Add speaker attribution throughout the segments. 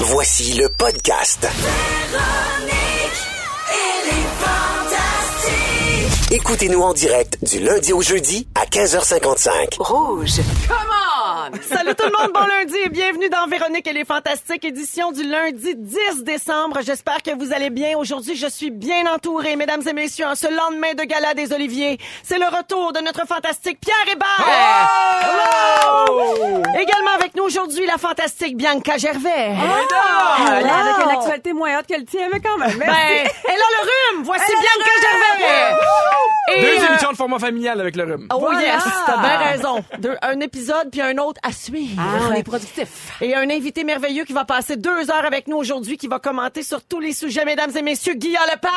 Speaker 1: Voici le podcast. Écoutez-nous en direct du lundi au jeudi à 15h55.
Speaker 2: Rouge.
Speaker 3: Salut tout le monde, bon lundi et bienvenue dans Véronique et les Fantastiques, édition du lundi 10 décembre. J'espère que vous allez bien. Aujourd'hui, je suis bien entourée, mesdames et messieurs, en ce lendemain de gala des Oliviers. C'est le retour de notre fantastique Pierre Hébert. Hello! Également avec nous aujourd'hui, la fantastique Bianca Gervais.
Speaker 4: Ah, là,
Speaker 3: Hello!
Speaker 4: avec une actualité moins haute que le tien, mais quand même.
Speaker 3: Ben,
Speaker 4: Merci.
Speaker 3: elle a le rhume! Voici
Speaker 4: Elle a
Speaker 3: Bianca
Speaker 4: le
Speaker 3: Gervais! Et,
Speaker 5: Deux
Speaker 3: euh,
Speaker 5: émissions de format familial avec le rhume.
Speaker 3: Oh
Speaker 4: Voilà.
Speaker 3: yes, t'as bien raison. Deux- un épisode puis un autre à suivre.
Speaker 4: Ah, on est productif.
Speaker 3: Et un invité merveilleux qui va passer deux heures avec nous aujourd'hui, qui va commenter sur tous les sujets, mesdames et messieurs, Guillaume Lepage!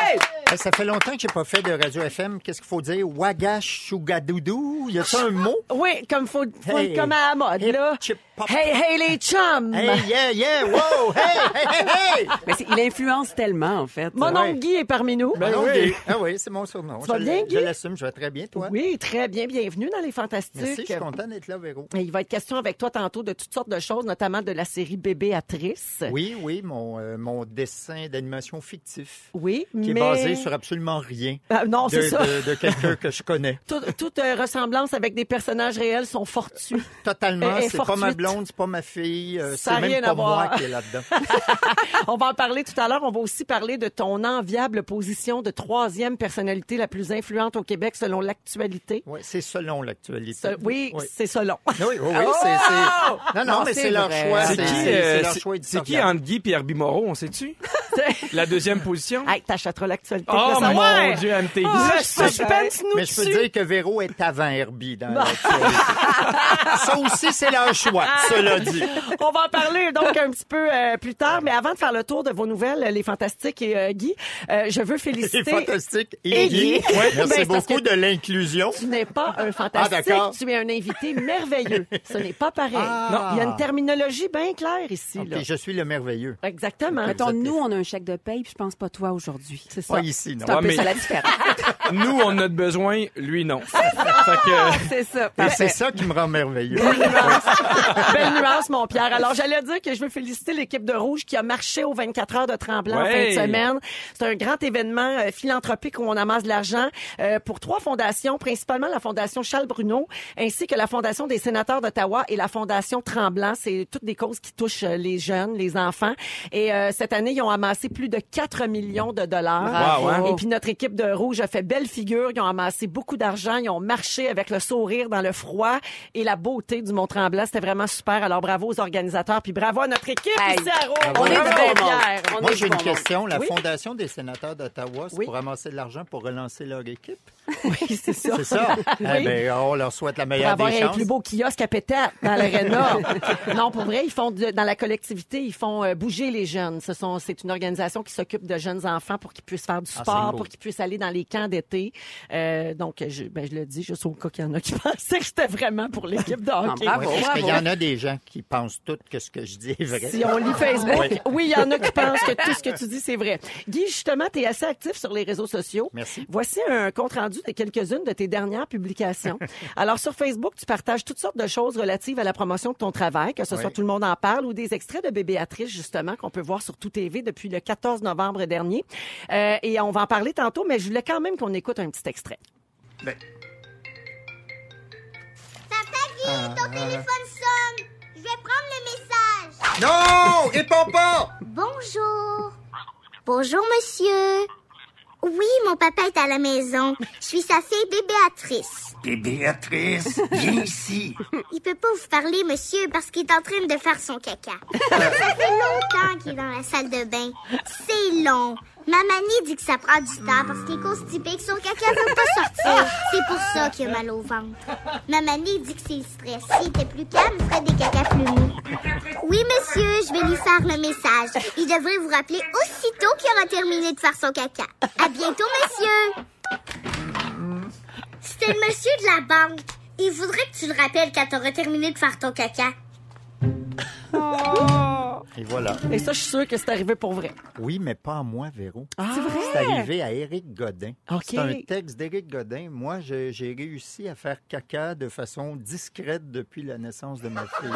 Speaker 6: Hey, Euh, Ça fait longtemps que j'ai pas fait de radio FM. Qu'est-ce qu'il faut dire? Wagash Shugadoudou? Y a-t-il un mot?
Speaker 3: Oui, comme faut, faut-
Speaker 6: Hey.
Speaker 3: comme à la mode,
Speaker 6: Hip,
Speaker 3: là.
Speaker 6: chip, pop.
Speaker 3: Hey, hey, les chums!
Speaker 6: Hey, yeah, yeah, wow, hey, hey, hey, hey!
Speaker 4: Mais c'est- il influence tellement, en fait.
Speaker 3: Mon oncle
Speaker 6: ouais.
Speaker 3: Guy est parmi nous.
Speaker 6: Ah non,
Speaker 5: oui.
Speaker 6: Guy. Ah oui, c'est mon surnom.
Speaker 3: vas
Speaker 6: je
Speaker 3: bien,
Speaker 6: l'-
Speaker 3: Guy?
Speaker 6: je l'assume, je vais très bien, toi.
Speaker 3: Oui, très bien, bienvenue dans les Fantastiques.
Speaker 6: Merci, je suis content d'être là, Véro.
Speaker 3: Et Il va être question avec toi tantôt de toutes sortes de choses, notamment de la série Bébé Atrice.
Speaker 6: Oui, oui, mon, euh, mon dessin d'animation fictif.
Speaker 3: Oui,
Speaker 6: Qui
Speaker 3: mais...
Speaker 6: est basé sur absolument rien.
Speaker 3: Ah, non,
Speaker 6: de,
Speaker 3: c'est ça.
Speaker 6: de- de quelqu'un que je connais.
Speaker 3: Tout- toute euh, ressemblance avec des personnages réels sont fortues.
Speaker 6: Totalement,
Speaker 3: Et- et
Speaker 6: c'est pas ma
Speaker 3: fortuite.
Speaker 6: blonde, c'est pas ma fille, euh,
Speaker 3: Ça a
Speaker 6: c'est
Speaker 3: rien
Speaker 6: même
Speaker 3: à
Speaker 6: pas
Speaker 3: voir.
Speaker 6: moi qui est là-dedans.
Speaker 3: On va en parler tout à l'heure. On va aussi parler de ton enviable position de troisième personnalité la plus influente au Québec selon l'actualité.
Speaker 6: Ouais, c'est selon l'actualité.
Speaker 3: Ce- Oui,
Speaker 6: Oui.
Speaker 3: c'est selon.
Speaker 6: Oui, oui, oui, c'est, c'est- Oh! Non, non,
Speaker 4: Non,
Speaker 6: mais
Speaker 4: c'est
Speaker 6: Oh, c'est leur
Speaker 4: vrai.
Speaker 6: choix.
Speaker 4: Ah,
Speaker 5: C'est qui,
Speaker 4: c'est-
Speaker 5: euh,
Speaker 6: c'est leur
Speaker 5: c'est-
Speaker 6: choix
Speaker 5: c'est qui
Speaker 6: éditorial.
Speaker 5: entre Guy et Herbie Moreau, on sait-tu? La deuxième position?
Speaker 3: hey, t'achèteras l'actualité.
Speaker 5: Oh
Speaker 3: pour le
Speaker 5: mon
Speaker 3: savoir.
Speaker 5: Dieu, MTI.
Speaker 3: Ah,
Speaker 5: Ça,
Speaker 3: je suspense nous
Speaker 6: Mais je peux
Speaker 3: dessus.
Speaker 6: dire que Véro est avant Herbie dans l'actualité. Ça aussi, c'est leur choix, cela dit.
Speaker 3: On va en parler donc un petit peu euh, plus tard, mais avant de faire le tour de vos nouvelles, euh, les fantastiques et euh, Guy, euh, je veux
Speaker 6: C'est
Speaker 3: féliciter.
Speaker 6: fantastique.
Speaker 3: Et
Speaker 6: Et
Speaker 3: Guy.
Speaker 6: Guy.
Speaker 3: Ouais. Ben,
Speaker 6: Merci
Speaker 3: c'est parce
Speaker 6: beaucoup
Speaker 3: que-
Speaker 6: de l'inclusion.
Speaker 3: Tu n'es pas un fantastique,
Speaker 6: Ah, d'accord.
Speaker 3: tu es un invité merveilleux. Ce n'est pas pareil.
Speaker 6: Ah.
Speaker 3: Il y a une terminologie bien claire ici.
Speaker 6: Ok,
Speaker 3: là.
Speaker 6: je suis le merveilleux.
Speaker 3: Exactement.
Speaker 4: Mettons,
Speaker 6: Vous êtes-
Speaker 4: nous, on a un chèque de paye, puis je pense pas toi aujourd'hui.
Speaker 3: C'est ça.
Speaker 6: Pas ici, non.
Speaker 4: C'est un
Speaker 5: Ouais,
Speaker 4: peu
Speaker 5: mais-
Speaker 4: ça la différence.
Speaker 5: Nous, on en a de besoin, lui, non. Fait que, euh,
Speaker 4: c'est ça.
Speaker 6: Et
Speaker 4: parfait.
Speaker 6: c'est ça qui me rend merveilleux.
Speaker 3: Belle nuance, mon Pierre. Alors, j'allais dire que je veux féliciter l'équipe de Rouge qui a marché aux 24 heures de Tremblant
Speaker 5: Ouais.
Speaker 3: en fin de semaine. C'est un grand événement euh, philanthropique où on amasse de l'argent euh, pour trois fondations, principalement la Fondation Charles Bruno, ainsi que la Fondation des sénateurs d'Ottawa et la Fondation Tremblant. C'est toutes des causes qui touchent euh, les jeunes, les enfants. Et euh, cette année, ils ont amassé plus de 4 millions de dollars.
Speaker 5: Bravo. Wow, hein?
Speaker 3: Et puis notre équipe de Rouge a fait belle figure. Ils ont amassé beaucoup d'argent. Ils ont marché avec le sourire dans le froid et la beauté du Mont-Tremblant. C'était vraiment super. Alors bravo aux organisateurs. Puis bravo à notre équipe
Speaker 4: Hey,
Speaker 3: ici à Rouge.
Speaker 4: on est du
Speaker 3: Bravo,
Speaker 4: bon monde.
Speaker 3: Pierre.
Speaker 4: On
Speaker 6: Moi,
Speaker 4: est du
Speaker 6: j'ai une
Speaker 4: bon monde.
Speaker 6: question. La
Speaker 3: Oui.
Speaker 6: Fondation des sénateurs d'Ottawa, c'est
Speaker 3: Oui.
Speaker 6: pour ramasser de l'argent pour relancer leur équipe.
Speaker 3: Oui, c'est ça.
Speaker 6: C'est ça? Eh
Speaker 3: Oui.
Speaker 6: ben, on leur souhaite la
Speaker 3: Pour
Speaker 6: meilleure
Speaker 3: avoir
Speaker 6: des
Speaker 3: un
Speaker 6: chances.
Speaker 3: plus beau kiosque à pétard dans l'aréna. non, pour vrai, ils font de- dans la collectivité, ils font euh, bouger les jeunes. Ce sont, c'est une organisation qui s'occupe de jeunes enfants pour qu'ils puissent faire du
Speaker 6: Ah,
Speaker 3: sport,
Speaker 6: c'est beau.
Speaker 3: pour qu'ils puissent aller dans les camps d'été. Euh, donc, je, ben, je le dis, je suis au cas qu'il y en a qui pensaient que c'était vraiment pour l'équipe de hockey.
Speaker 4: bravo.
Speaker 6: Ouais, parce qu'il y en a des gens qui pensent toutes que ce que je dis est vrai.
Speaker 3: Si on lit Facebook,
Speaker 6: Oui.
Speaker 3: oui, il y en a qui pensent que tout ce que tu dis, c'est vrai. Guy, justement, tu es assez actif sur les réseaux sociaux.
Speaker 6: Merci.
Speaker 3: Voici un compte-rendu de quelques-unes de tes dernières publications. Alors, sur Facebook, tu partages toutes sortes de choses relatives à la promotion de ton travail, que ce
Speaker 6: Oui.
Speaker 3: soit Tout le monde en parle ou des extraits de Bébéatrice, justement, qu'on peut voir sur Tout TV depuis le 14 novembre dernier. Euh, et on va en parler tantôt, mais je voulais quand même qu'on écoute un petit extrait.
Speaker 7: Ton téléphone sonne. Je vais prendre le message.
Speaker 6: Non! Réponds pas!
Speaker 7: Bonjour. Bonjour, monsieur. Oui, mon papa est à la maison. Je suis sa fille Bébéatrice.
Speaker 8: Béatrice, viens ici.
Speaker 7: Il peut pas vous parler, monsieur, parce qu'il est en train de faire son caca. Ça fait longtemps qu'il est dans la salle de bain. C'est long. Ma manie dit que ça prend du temps parce qu'il est constipé et que son caca veut pas sortir. C'est pour ça qu'il a mal au ventre. Ma manie dit que c'est le stress. S'il était plus calme, il ferait des cacas plus mous. Oui, monsieur, je vais lui faire le message. Il devrait vous rappeler aussitôt qu'il aura terminé de faire son caca. À bientôt, monsieur. C'était le monsieur de la banque. Il voudrait que tu le rappelles quand t'auras terminé de faire ton caca.
Speaker 6: Et voilà.
Speaker 3: Et ça, je suis sûre que c'est arrivé pour vrai.
Speaker 6: Oui, mais pas à moi, Véro.
Speaker 3: Ah! c'est vrai?
Speaker 6: C'est arrivé à Éric Godin.
Speaker 3: Ok.
Speaker 6: C'est un texte d'Éric Godin. Moi, je- j'ai
Speaker 3: Ah,
Speaker 6: réussi à faire caca de façon discrète depuis la naissance de ma fille.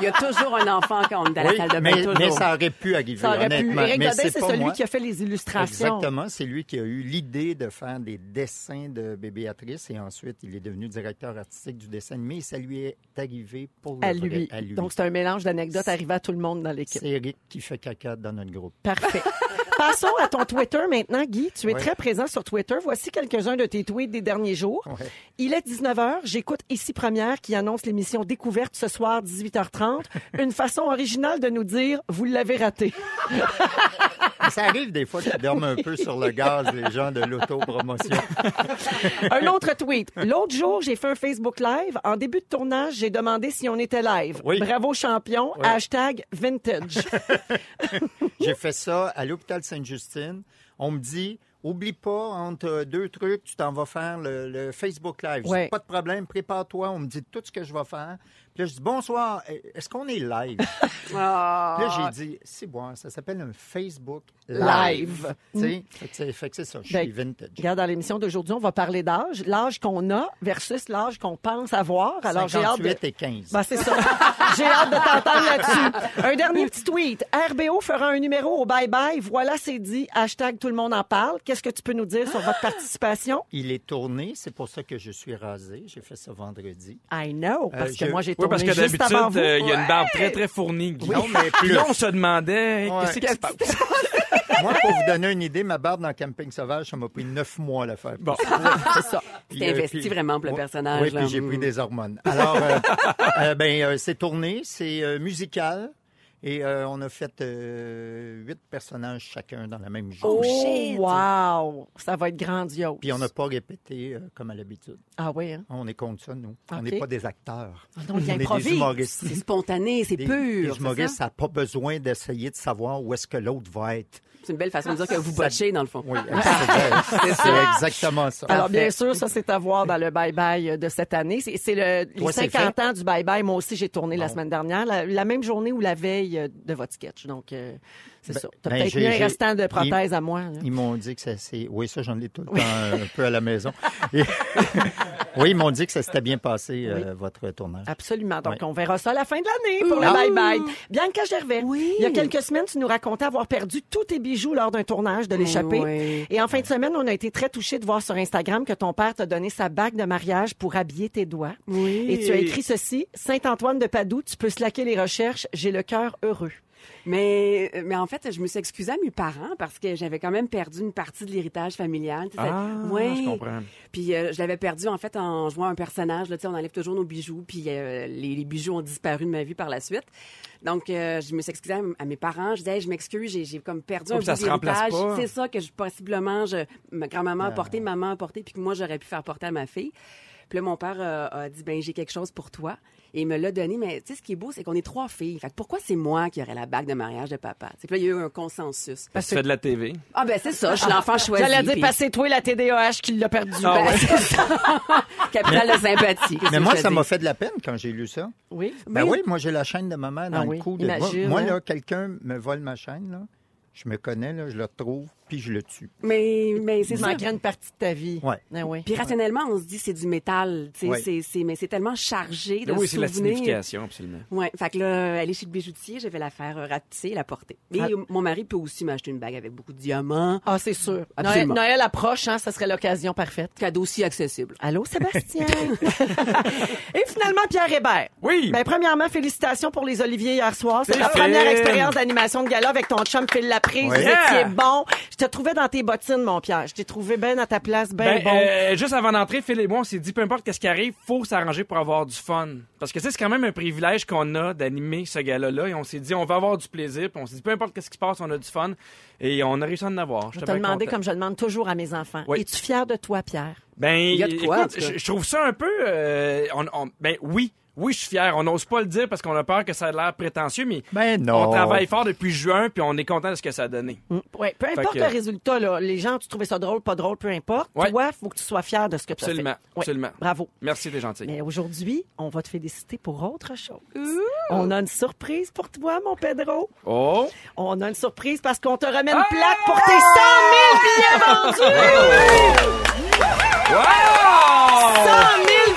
Speaker 4: Il y a toujours un enfant quand on est
Speaker 3: ben,
Speaker 4: à la
Speaker 6: Oui,
Speaker 4: salle de bain.
Speaker 6: mais,
Speaker 4: toujours.
Speaker 6: mais ça aurait pu arriver,
Speaker 3: Ça aurait pu.
Speaker 6: honnêtement.
Speaker 3: Éric
Speaker 6: mais
Speaker 3: Godin, c'est
Speaker 6: pas
Speaker 3: celui
Speaker 6: moi.
Speaker 3: qui a fait les illustrations.
Speaker 6: Exactement, c'est lui qui a eu l'idée de faire des dessins de bébé Béatrice et ensuite il est devenu directeur artistique du dessin animé et ça lui est arrivé pour le
Speaker 3: À
Speaker 6: vrai,
Speaker 3: lui.
Speaker 6: à lui.
Speaker 3: Donc, c'est un mélange d'anecdotes arrivées à tout le monde dans l'équipe.
Speaker 6: c'est Eric qui fait caca dans notre groupe.
Speaker 3: Parfait. Passons à ton Twitter maintenant, Guy. Tu es
Speaker 6: Ouais.
Speaker 3: très présent sur Twitter. Voici quelques-uns de tes tweets des derniers jours.
Speaker 6: Ouais.
Speaker 3: Il est 19h. J'écoute Ici Première qui annonce l'émission Découverte ce soir, 18h30. Une façon originale de nous dire « Vous l'avez raté
Speaker 6: Mais ça arrive des fois qu'ils dorment un peu sur le gaz, les gens de l'autopromotion. ».
Speaker 3: Un autre tweet. L'autre jour, j'ai fait un Facebook Live. En début de tournage, j'ai demandé si on était live.
Speaker 6: Oui.
Speaker 3: Bravo champion. Hashtag vintage.
Speaker 6: J'ai fait ça à l'hôpital Sainte-Justine. On me dit, oublie pas, entre euh, deux trucs, tu t'en vas faire le, le Facebook Live. Je dis,
Speaker 3: Ouais.
Speaker 6: pas de problème, prépare-toi. On me dit tout ce que je vais faire. Puis là, je dis, bonsoir, euh, est-ce qu'on est live?
Speaker 4: Ah.
Speaker 6: Puis là, j'ai dit, c'est bon, ça s'appelle un Facebook
Speaker 3: Live.
Speaker 6: Live. Tu sais, fait que c'est- fait que c'est ça, je
Speaker 3: Ben,
Speaker 6: suis vintage.
Speaker 3: Regarde, dans l'émission d'aujourd'hui, on va parler d'âge. L'âge qu'on a versus l'âge qu'on pense avoir. Alors, j'ai hâte de...
Speaker 6: 58 et 15.
Speaker 3: Ben, c'est ça. J'ai hâte de t'entendre là-dessus. Un dernier petit tweet. RBO fera un numéro au bye-bye. Voilà, c'est dit. Hashtag tout le monde en parle. Qu'est-ce que tu peux nous dire sur votre participation?
Speaker 6: Il est tourné, c'est pour ça que je suis rasé. J'ai fait ça vendredi.
Speaker 3: I know, parce
Speaker 6: Euh,
Speaker 3: que
Speaker 6: je-
Speaker 3: moi, j'ai
Speaker 5: Oui,
Speaker 3: tourné
Speaker 5: parce que
Speaker 3: juste avant
Speaker 5: d'habitude,
Speaker 3: vous.
Speaker 5: euh, il y a une barbe très, très fournie. Guy.
Speaker 6: Non, mais
Speaker 5: Puis
Speaker 6: plus.
Speaker 5: là, on se demandait,
Speaker 6: Ouais.
Speaker 5: qu'est-ce qui se passe?
Speaker 6: Moi, pour vous donner une idée, ma barbe dans Camping Sauvage, ça m'a pris neuf mois à la faire. euh,
Speaker 5: Bon.
Speaker 6: c'est ça.
Speaker 4: T'es investi vraiment pour le personnage,
Speaker 6: Oui,
Speaker 4: là.
Speaker 6: puis j'ai
Speaker 4: Mm.
Speaker 6: pris des hormones. Alors, euh, euh, ben, euh, c'est tourné, c'est euh, musical. Et euh, on a fait euh, huit personnages chacun dans la même journée.
Speaker 3: Oh, wow! Ça va être grandiose.
Speaker 6: Puis on n'a pas répété euh, comme à l'habitude.
Speaker 3: Ah oui, hein?
Speaker 6: On est contre ça, nous. On
Speaker 3: Ok.
Speaker 6: n'est pas des acteurs.
Speaker 3: donc, il
Speaker 6: on est
Speaker 3: improvise.
Speaker 6: des humoristes.
Speaker 4: C'est spontané, c'est
Speaker 6: Des-
Speaker 4: pur.
Speaker 6: des
Speaker 4: c'est
Speaker 6: humoristes,
Speaker 4: ça?
Speaker 6: ça n'a pas besoin d'essayer de savoir où est-ce que l'autre va être.
Speaker 4: C'est une belle façon de dire que vous botchez, dans le fond.
Speaker 6: Oui, c'est c'est exactement ça.
Speaker 3: Alors, bien sûr, ça, c'est à voir dans le bye-bye de cette année. C'est c'est le, les
Speaker 6: Toi, c'est
Speaker 3: 50 ans du bye-bye. Moi aussi, j'ai tourné la semaine dernière, la, la même journée ou la veille euh, de votre sketch. Donc, euh, c'est
Speaker 6: Ben-
Speaker 3: ça. T'as
Speaker 6: ben,
Speaker 3: peut-être
Speaker 6: j'ai-
Speaker 3: mis un
Speaker 6: j'ai-
Speaker 3: restant de prothèse à moi. là.
Speaker 6: Ils m'ont dit que ça, c'est... Oui, ça, j'en ai tout le temps euh, un peu à la maison. Et- oui, ils m'ont dit que ça s'était bien passé, euh, votre tournage.
Speaker 3: Absolument. Donc,
Speaker 6: Ouais.
Speaker 3: on verra ça à la fin de l'année pour le bye-bye. Bianca Gervais,
Speaker 4: Oui.
Speaker 3: il y a quelques semaines, tu nous racontais avoir perdu tous tes bijoux lors d'un tournage de l'échappée.
Speaker 4: oui.
Speaker 3: Et en fin de semaine, on a été très touchés de voir sur Instagram que ton père t'a donné sa bague de mariage pour habiller tes doigts.
Speaker 4: Oui.
Speaker 3: Et tu as écrit ceci, Saint-Antoine de Padoue, tu peux slacker les recherches, j'ai le cœur heureux.
Speaker 4: Mais, euh, mais en fait, je me suis excusée à mes parents parce que j'avais quand même perdu une partie de l'héritage familial. tu sais, ça-
Speaker 5: Ah,
Speaker 4: Ouais.
Speaker 5: je comprends.
Speaker 4: Puis euh, je l'avais perdu en fait en jouant un personnage. Là, tu sais, on enlève toujours nos bijoux, puis euh, les, les bijoux ont disparu de ma vie par la suite. Donc euh, je me suis excusée à, m- à mes parents. Je disais, Hey, je m'excuse, j'ai- j'ai comme perdu
Speaker 5: Oh,
Speaker 4: un
Speaker 5: puis ça
Speaker 4: bout
Speaker 5: se remplace
Speaker 4: d'héritage.
Speaker 5: pas.
Speaker 4: C'est ça que je, possiblement je, ma grand-maman a porté, maman a porté, puis que moi j'aurais pu faire porter à ma fille. Puis là, mon père euh, a dit, ben j'ai quelque chose pour toi. Et il me l'a donné, mais tu sais, ce qui est beau, c'est qu'on est trois filles. Fait que pourquoi c'est moi qui aurais la bague de mariage de papa? Tu sais, Puis là, il y a eu un consensus.
Speaker 5: Parce que tu fais de la TV.
Speaker 4: Ah, ben c'est ça, je suis l'enfant choisi.
Speaker 3: J'allais dire,
Speaker 4: puis-
Speaker 3: passez-toi la TDAH qui l'a perdu.
Speaker 5: Ah
Speaker 4: Ben,
Speaker 5: ouais.
Speaker 4: c'est ça. Capital de sympathie. qu'est-ce
Speaker 6: Mais
Speaker 4: que
Speaker 6: moi,
Speaker 4: je
Speaker 6: ça
Speaker 4: dis?
Speaker 6: m'a fait de la peine quand j'ai lu ça.
Speaker 3: Oui.
Speaker 6: Ben oui, moi, j'ai la chaîne de ma mère dans
Speaker 3: Ah
Speaker 6: le
Speaker 3: oui,
Speaker 6: cou. De... Moi,
Speaker 3: imagine,
Speaker 6: moi,
Speaker 3: hein.
Speaker 6: là, quelqu'un me vole ma chaîne, là. Je me connais, là, je le retrouve, puis je le tue.
Speaker 4: Mais, mais c'est
Speaker 3: Il
Speaker 4: ça.
Speaker 3: manquerait une partie de ta vie.
Speaker 6: Ouais.
Speaker 3: Ah oui.
Speaker 4: Puis rationnellement, on se dit c'est du métal, tu sais,
Speaker 6: Ouais.
Speaker 4: c'est, c'est, mais c'est tellement chargé de
Speaker 5: oui, c'est la
Speaker 4: souvenirs.
Speaker 5: signification, absolument.
Speaker 4: Ouais, fait que là, aller chez le bijoutier, je vais la faire euh, rapetisser, et la porter. Et
Speaker 3: Ah.
Speaker 4: mon mari peut aussi m'acheter une bague avec beaucoup de diamants,
Speaker 3: Ah, c'est sûr. Noël,
Speaker 4: Absolument.
Speaker 3: Noël approche, hein, ça serait l'occasion parfaite.
Speaker 4: cadeau si accessible.
Speaker 3: Allô, Sébastien? Et finalement, Pierre Hébert.
Speaker 5: Oui.
Speaker 3: Ben, premièrement, félicitations pour les Oliviers hier soir. C'est ta
Speaker 5: Phil.
Speaker 3: première expérience d'animation de gala avec ton chum Phil Laprise.
Speaker 6: Ouais.
Speaker 3: Vous
Speaker 5: Yeah.
Speaker 3: étiez bon. Je te trouvais dans tes bottines, mon Pierre. Je t'ai trouvé ben à ta place, ben,
Speaker 5: Ben,
Speaker 3: bon.
Speaker 5: euh, juste avant d'entrer, Phil et moi, on s'est dit, peu importe qu'est-ce qui arrive, faut s'arranger pour avoir du fun. Parce que, tu sais, c'est quand même un privilège qu'on a d'animer ce gala-là. Et on s'est dit, on va avoir du plaisir. Puis on s'est dit, peu importe qu'est-ce qui se passe, on a du fun. Et on a réussi à en avoir.
Speaker 3: je
Speaker 5: J'étais
Speaker 3: te
Speaker 5: bien
Speaker 3: demandais,
Speaker 5: content.
Speaker 3: comme je demande toujours à mes enfants,
Speaker 5: Oui.
Speaker 3: es-tu fier de toi, Pierre?
Speaker 5: Ben,
Speaker 4: y a de quoi,
Speaker 5: écoute,
Speaker 4: en tout cas.
Speaker 5: je, je trouve ça un peu. euh, on- on- ben oui, oui, je suis fier. On n'ose pas le dire parce qu'on a peur que ça a l'air prétentieux, mais
Speaker 6: Ben non.
Speaker 5: on travaille fort depuis juin, puis on est content de ce que ça a donné.
Speaker 4: Mm.
Speaker 3: Ouais, peu importe
Speaker 5: Mm. que-
Speaker 3: le résultat, là, les gens, tu trouvais ça drôle, pas drôle, peu importe.
Speaker 5: Ouais.
Speaker 3: Toi, faut que tu sois fier de ce que tu as fait.
Speaker 5: Absolument,
Speaker 3: Ouais.
Speaker 5: absolument.
Speaker 3: Bravo.
Speaker 5: Merci, t'es gentil.
Speaker 3: Mais aujourd'hui, on va te féliciter pour autre chose. On a une surprise pour toi, mon Pedro.
Speaker 5: Oh!
Speaker 3: On a une surprise parce qu'on te remet
Speaker 5: Ah!
Speaker 3: une plaque pour tes 100 000 billets vendus.
Speaker 5: Wow! Ah!
Speaker 3: 100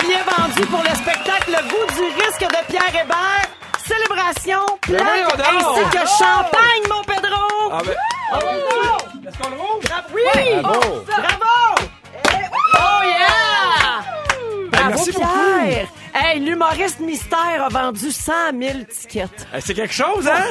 Speaker 3: 000 billets vendus pour le spectacle Le goût du risque de Pierre Hébert. C'est célébrations, plaques,
Speaker 5: Eh ben, voyons donc!
Speaker 3: ainsi que champagne, mon Pedro!
Speaker 5: Ah, ben,
Speaker 3: Oh!
Speaker 5: Est-ce qu'on le rouvre?
Speaker 3: Bra- Oui!
Speaker 6: Bravo!
Speaker 3: Bravo! Oh yeah! Bravo,
Speaker 5: Ben, merci
Speaker 3: Pierre! Hey, l'humoriste mystère a vendu 100 000 tickets.
Speaker 5: Eh, C'est quelque chose, hein?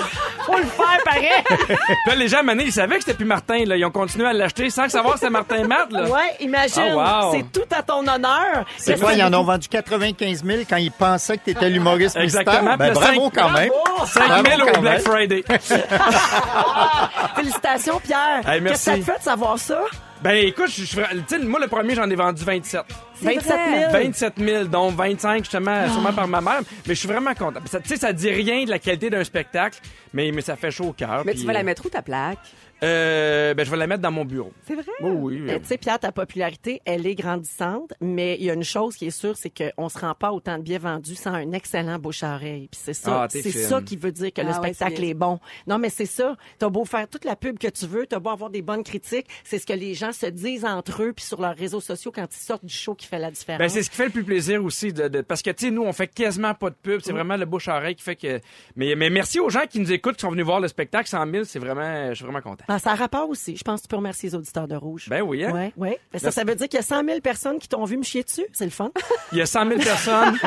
Speaker 3: Faut le faire pareil!
Speaker 5: Puis là, les gens, Mané, ils savaient que c'était plus Martin. Là. Ils ont continué à l'acheter sans savoir c'était Martin Matt. Là.
Speaker 3: Ouais, imagine.
Speaker 5: Ah, wow.
Speaker 3: C'est tout à ton honneur.
Speaker 6: C'est quoi, ils en ont vendu 95 000 quand ils pensaient que t'étais l'humoriste
Speaker 5: Exactement,
Speaker 6: mystère? Ben,
Speaker 5: puis le
Speaker 6: bravo
Speaker 5: cinq-
Speaker 6: quand même.
Speaker 3: Bravo!
Speaker 5: 5 000 au
Speaker 6: Bravo, Ah, quand
Speaker 5: Black
Speaker 6: même.
Speaker 5: Friday.
Speaker 3: Félicitations, Pierre.
Speaker 5: Hey,
Speaker 3: Qu'est-ce que ça te
Speaker 5: merci.
Speaker 3: fait de savoir ça?
Speaker 5: Ben écoute, je, je, tu sais, moi le premier j'en ai vendu 27.
Speaker 4: C'est Ah.
Speaker 3: 27 000.
Speaker 5: 27 000, dont 25 justement, sûrement par ma mère. Mais je suis vraiment content. Puis ça- Tu sais, ça dit rien de la qualité d'un spectacle, mais, mais ça fait chaud au cœur.
Speaker 4: Mais
Speaker 5: puis,
Speaker 4: tu vas
Speaker 5: euh,
Speaker 4: la mettre où, ta plaque?
Speaker 5: euh, ben je vais la mettre dans mon bureau.
Speaker 4: C'est vrai?
Speaker 5: Oui, oui. oui.
Speaker 3: Euh, Tu sais, Pierre, ta popularité, elle est grandissante, mais il y a une chose qui est sûre, c'est qu'on se rend pas autant de billets vendus sans un excellent bouche à oreille. Puis c'est ça,
Speaker 5: Ah, t'es
Speaker 3: c'est
Speaker 5: fine.
Speaker 3: ça qui veut dire que le
Speaker 4: Ah ouais,
Speaker 3: spectacle
Speaker 4: c'est bien.
Speaker 3: est bon. Non, mais c'est ça. T'as beau faire toute la pub que tu veux, t'as beau avoir des bonnes critiques, c'est ce que les gens se disent entre eux puis sur leurs réseaux sociaux quand ils sortent du show qui fait la différence.
Speaker 5: Ben, c'est ce qui fait le plus plaisir aussi. De, de- parce que, tu sais, nous, on fait quasiment pas de pub. C'est vraiment le bouche-oreille qui fait que. Mais, mais merci aux gens qui nous écoutent, qui sont venus voir le spectacle. 100 000, c'est vraiment. Je suis vraiment content.
Speaker 3: Ah, ça a rapport aussi. Je pense que tu peux remercier les auditeurs de Rouge.
Speaker 5: Ben oui, hein?
Speaker 3: Ouais, ouais. Ben, ça, ça veut dire qu'il y a 100 000 personnes qui t'ont vu me chier dessus. C'est le fun.
Speaker 5: Il y a 100 000 personnes.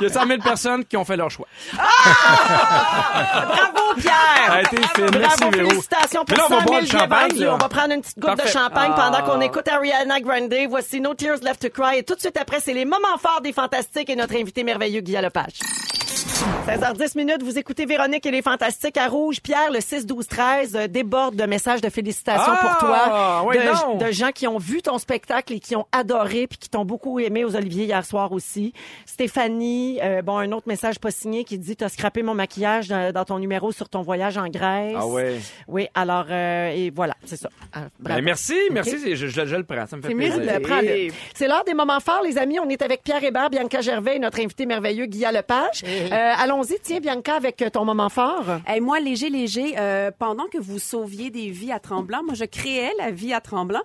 Speaker 5: Il y a 100 000 personnes qui ont fait leur choix.
Speaker 3: Bravo, Pierre!
Speaker 5: Ah, t'es fine.
Speaker 3: Bravo,
Speaker 5: Merci, Véro.
Speaker 3: félicitations pour
Speaker 5: Mais là, on
Speaker 3: 100
Speaker 5: va
Speaker 3: 000
Speaker 5: boire du
Speaker 3: billets
Speaker 5: champagne,
Speaker 3: vendus.
Speaker 5: là.
Speaker 3: On va prendre une petite goutte de
Speaker 5: Parfait.
Speaker 3: champagne pendant
Speaker 5: Ah.
Speaker 3: qu'on écoute Ariana Grande. Voici No Tears Left to Cry. Et tout de suite après, c'est les moments forts des Fantastiques et notre invité merveilleux, Guy Lepage. 16h10 minutes, vous écoutez Véronique et les Fantastiques à Rouge. Pierre, le 6-12-13 euh, déborde de messages de félicitations
Speaker 5: Ah,
Speaker 3: pour toi.
Speaker 5: oui,
Speaker 3: de,
Speaker 5: donc.
Speaker 3: de gens qui ont vu ton spectacle et qui ont adoré puis qui t'ont beaucoup aimé aux Oliviers hier soir aussi. Stéphanie, euh, bon, un autre message pas signé qui dit T'as scrappé mon maquillage dans, dans ton numéro sur ton voyage en Grèce.
Speaker 5: Ah ouais.
Speaker 3: Oui, alors, euh, et voilà, c'est ça. Ah, bravo.
Speaker 5: Ben, merci, merci. c'est- Je, je- je le prends. Ça me fait
Speaker 4: C'est
Speaker 5: plaisir.
Speaker 4: mérité.
Speaker 3: Prends-le, prends-le. C'est l'heure des moments forts, les amis. On est avec Pierre Hébert, Bianca Gervais et notre invité merveilleux, Guy Lepage. Euh, Allons-y, tiens, Bianca, avec euh, ton moment fort.
Speaker 4: Hey, moi, léger, léger, euh, pendant que vous sauviez des vies à Tremblant, moi, je créais la vie à Tremblant.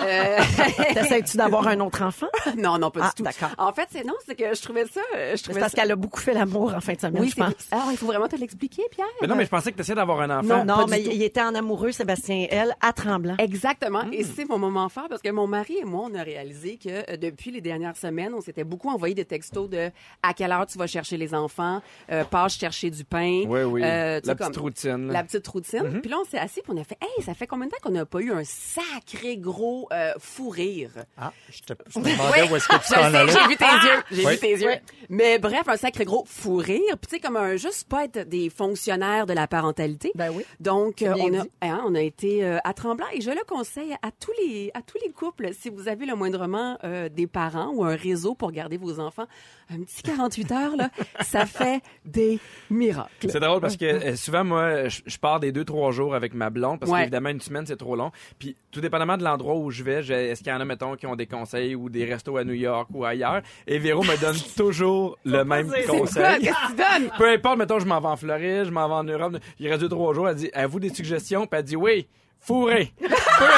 Speaker 4: Euh,
Speaker 3: T'essayes-tu d'avoir un autre enfant?
Speaker 4: non, non, pas
Speaker 3: Ah,
Speaker 4: du tout.
Speaker 3: d'accord.
Speaker 4: En fait, c'est non, c'est que je trouvais ça... euh, Je
Speaker 3: C'est
Speaker 4: trouvais
Speaker 3: parce
Speaker 4: ça...
Speaker 3: qu'elle a beaucoup fait l'amour en fin de semaine,
Speaker 4: Oui,
Speaker 3: je
Speaker 4: c'est...
Speaker 3: pense.
Speaker 4: Ah, il faut vraiment te l'expliquer, Pierre.
Speaker 5: Mais non, mais je pensais que tu essayais d'avoir un enfant.
Speaker 3: Non, non
Speaker 4: du
Speaker 3: mais
Speaker 4: tout.
Speaker 3: il était en amoureux, Sébastien, elle, à Tremblant.
Speaker 4: Exactement. Et c'est mon moment fort parce que mon mari et moi, on a réalisé que euh, depuis les dernières semaines, on s'était beaucoup envoyé des textos de à quelle heure tu vas chercher les enfants, euh, passe chercher du pain.
Speaker 5: Oui, oui.
Speaker 4: euh, tu
Speaker 5: La
Speaker 4: sais, comme-
Speaker 5: petite routine, là. Mm-hmm.
Speaker 4: La petite routine. Puis là, on s'est assis puis on a fait Hey, ça fait combien de temps qu'on n'a pas eu un sacré gros euh, fou rire?
Speaker 6: Ah, je te je me demandais où est-ce que tu
Speaker 5: Oh
Speaker 4: Je
Speaker 6: t'en
Speaker 4: sais,
Speaker 6: allais.
Speaker 4: j'ai vu tes
Speaker 5: Ah!
Speaker 4: yeux. J'ai
Speaker 6: Oui.
Speaker 4: vu tes yeux. Mais bref, un sacré gros fou rire. Puis tu sais, comme un juste pas être des fonctionnaires de la parentalité.
Speaker 3: Ben oui.
Speaker 4: Donc, euh,
Speaker 3: bien
Speaker 4: on a,
Speaker 3: dit.
Speaker 4: hein, on a été euh, à Tremblant et je le conseille à tous les, à tous les couples, si vous avez le moindrement euh, des parents ou un réseau pour garder vos enfants, un petit 48 heures, là, ça fait des miracles.
Speaker 5: C'est drôle parce que euh, souvent, moi, je, je pars des deux, trois jours avec ma blonde parce
Speaker 4: Ouais.
Speaker 5: qu'évidemment, une semaine, c'est trop long. Puis, tout dépendamment de l'endroit où je vais, j'ai- est-ce qu'il y en a, mettons, qui ont des conseils ou des restos à New York ou ailleurs? Et Véro me donne toujours le même
Speaker 4: Quoi?
Speaker 5: conseil.
Speaker 4: Qu'est-ce que tu donnes?
Speaker 5: Peu importe, mettons, je m'en vais en Floride, je m'en vais en Europe. Il reste deux, trois jours. Elle dit, avez-vous des suggestions? Puis elle dit, oui, fourré. Peu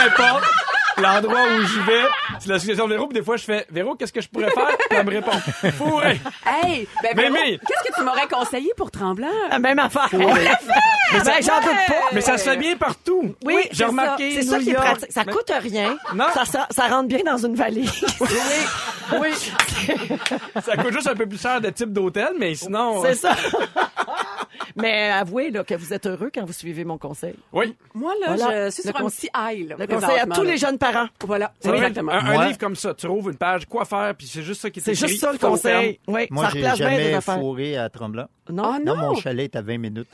Speaker 5: importe. L'endroit où je vais, c'est la suggestion de Véro. Puis des fois, je fais, Véro, qu'est-ce que je pourrais faire? Puis elle me répond, fourré.
Speaker 4: Hey, ben,
Speaker 5: Mémé!
Speaker 4: Véro, qu'est-ce que tu m'aurais conseillé pour Tremblant?
Speaker 3: La même affaire. Ben, J'en doute pas.
Speaker 5: Mais ça se fait bien partout.
Speaker 3: Oui, c'est
Speaker 5: j'ai
Speaker 3: ça.
Speaker 5: remarqué.
Speaker 3: C'est ça
Speaker 5: New
Speaker 3: qui est
Speaker 5: York.
Speaker 3: pratique. Ça
Speaker 5: Mais-
Speaker 3: coûte rien.
Speaker 5: Non.
Speaker 3: Ça, ça, ça rentre bien dans une valise.
Speaker 5: Oui. ça coûte juste un peu plus cher de type d'hôtel, mais sinon.
Speaker 3: C'est
Speaker 5: euh,
Speaker 3: ça. Mais avouez là, que vous êtes heureux quand vous suivez mon conseil.
Speaker 5: Oui.
Speaker 4: Moi, là,
Speaker 3: Voilà.
Speaker 4: je suis
Speaker 3: Le
Speaker 4: sur un
Speaker 3: conse-
Speaker 4: petit high, là,
Speaker 3: Le conseil à
Speaker 4: présentement,
Speaker 3: tous
Speaker 4: là.
Speaker 3: les jeunes parents.
Speaker 4: Voilà,
Speaker 5: Ça va être
Speaker 4: exactement.
Speaker 5: Un, un
Speaker 6: Moi-
Speaker 5: livre comme ça, tu trouves une page, quoi faire, puis c'est juste ça qui est
Speaker 3: C'est
Speaker 5: écrit,
Speaker 3: juste ça le
Speaker 5: faut
Speaker 3: conseil. Oui,
Speaker 6: Moi,
Speaker 3: ça
Speaker 6: j'ai
Speaker 3: replace bien des
Speaker 6: jamais
Speaker 3: affaires.
Speaker 6: fourré à Tremblant.
Speaker 3: Non.
Speaker 4: Ah,
Speaker 6: Non,
Speaker 4: non.
Speaker 6: mon chalet est à 20 minutes.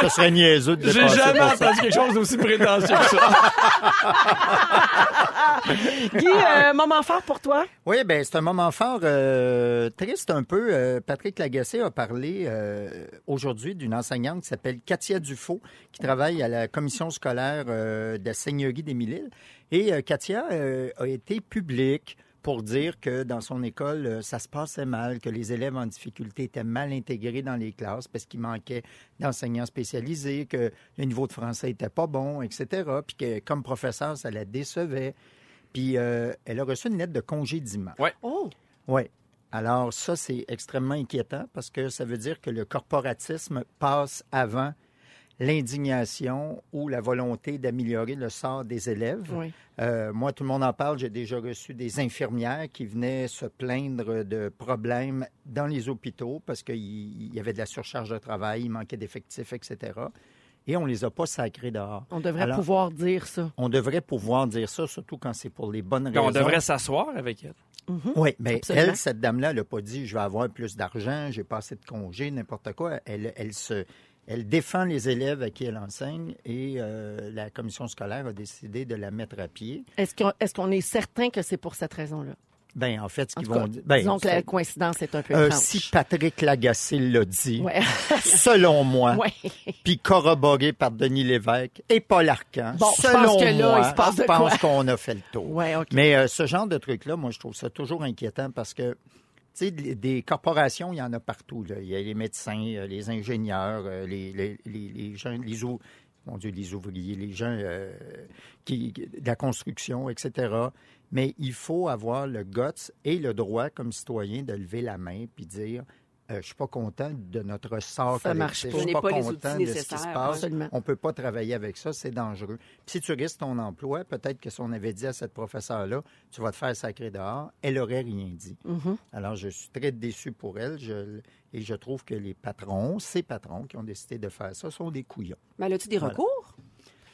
Speaker 6: Ça serait niaiseux de
Speaker 5: au terme. J'ai
Speaker 6: dépasser
Speaker 5: jamais
Speaker 6: pour ça.
Speaker 5: entendu quelque chose d'aussi prétentieux que ça.
Speaker 3: Guy, euh, moment fort pour toi.
Speaker 6: Oui, ben c'est un moment fort euh, triste un peu. Euh, Patrick Lagacé a parlé euh, aujourd'hui d'une enseignante qui s'appelle Katia Dufaux, qui travaille à la commission scolaire euh, de la Seigneurie des Mille-Îles. Et euh, Katia euh, a été publique pour dire que dans son école, euh, ça se passait mal, que les élèves en difficulté étaient mal intégrés dans les classes parce qu'il manquait d'enseignants spécialisés, que le niveau de français était pas bon, etc. Puis que comme professeur, ça la décevait. Puis euh, elle a reçu une lettre de congédiement.
Speaker 5: Ouais.
Speaker 6: Oui. Alors ça, c'est extrêmement inquiétant parce que ça veut dire que le corporatisme passe avant l'indignation ou la volonté d'améliorer le sort des élèves.
Speaker 3: Oui.
Speaker 6: Euh, moi, tout le monde en parle. J'ai déjà reçu des infirmières qui venaient se plaindre de problèmes dans les hôpitaux parce qu'il il y avait de la surcharge de travail, il manquait d'effectifs, etc. Et on les a pas sacrés dehors.
Speaker 3: On devrait
Speaker 6: Alors,
Speaker 3: pouvoir dire ça.
Speaker 6: On devrait pouvoir dire ça, surtout quand c'est pour les bonnes raisons. Mmh.
Speaker 5: On devrait s'asseoir avec elle.
Speaker 6: Oui, mais
Speaker 3: Absolument.
Speaker 6: elle, cette dame-là, elle n'a pas dit je vais avoir plus d'argent, j'ai pas assez de congés, n'importe quoi. Elle, elle se. Elle défend les élèves à qui elle enseigne et euh, la commission scolaire a décidé de la mettre à pied.
Speaker 3: Est-ce qu'on est, qu'on est certain que c'est pour cette raison-là?
Speaker 6: Ben en fait, ce
Speaker 3: En
Speaker 6: qu'ils
Speaker 3: tout cas,
Speaker 6: vont dire. Ben,
Speaker 3: disons que la
Speaker 6: c'est-
Speaker 3: coïncidence est un peu
Speaker 6: euh,
Speaker 3: franche.
Speaker 6: si Patrick Lagacé l'a dit,
Speaker 3: Ouais.
Speaker 6: selon moi,
Speaker 3: Ouais.
Speaker 6: puis corroboré par Denis Lévesque et Paul Arcan,
Speaker 3: Bon, je pense
Speaker 6: selon
Speaker 3: que là,
Speaker 6: moi,
Speaker 3: il se passe
Speaker 6: je
Speaker 3: de quoi.
Speaker 6: pense qu'on a fait le tour.
Speaker 3: Ouais, OK.
Speaker 6: Mais euh, ce genre de truc-là, moi, je trouve ça toujours inquiétant parce que, tu sais, des- des corporations, il y en a partout. là. Il y a les médecins, euh, les ingénieurs, euh, les, les, les, les gens, les ou- mon Dieu, les ouvriers, les gens euh, qui, qui- de la construction, etc. Mais il faut avoir le guts et le droit comme citoyen de lever la main puis dire euh, je suis pas content de notre sort
Speaker 3: Ça marche
Speaker 6: collectif.
Speaker 3: pas.
Speaker 6: Je suis
Speaker 4: On
Speaker 6: pas,
Speaker 4: n'est pas les
Speaker 6: content de
Speaker 4: outils
Speaker 6: ce qui se
Speaker 4: nécessaires,
Speaker 6: passe.
Speaker 3: absolument.
Speaker 6: On peut pas travailler avec ça, c'est dangereux. Puis si tu risques ton emploi, peut-être que si on avait dit à cette professeure-là, tu vas te faire sacrer dehors, elle aurait rien dit. Alors, je suis très déçu pour elle. Je- et je trouve que les patrons, ces patrons qui ont décidé de faire ça, sont des couillons.
Speaker 4: Mais elle a-tu des
Speaker 6: Voilà.
Speaker 4: recours?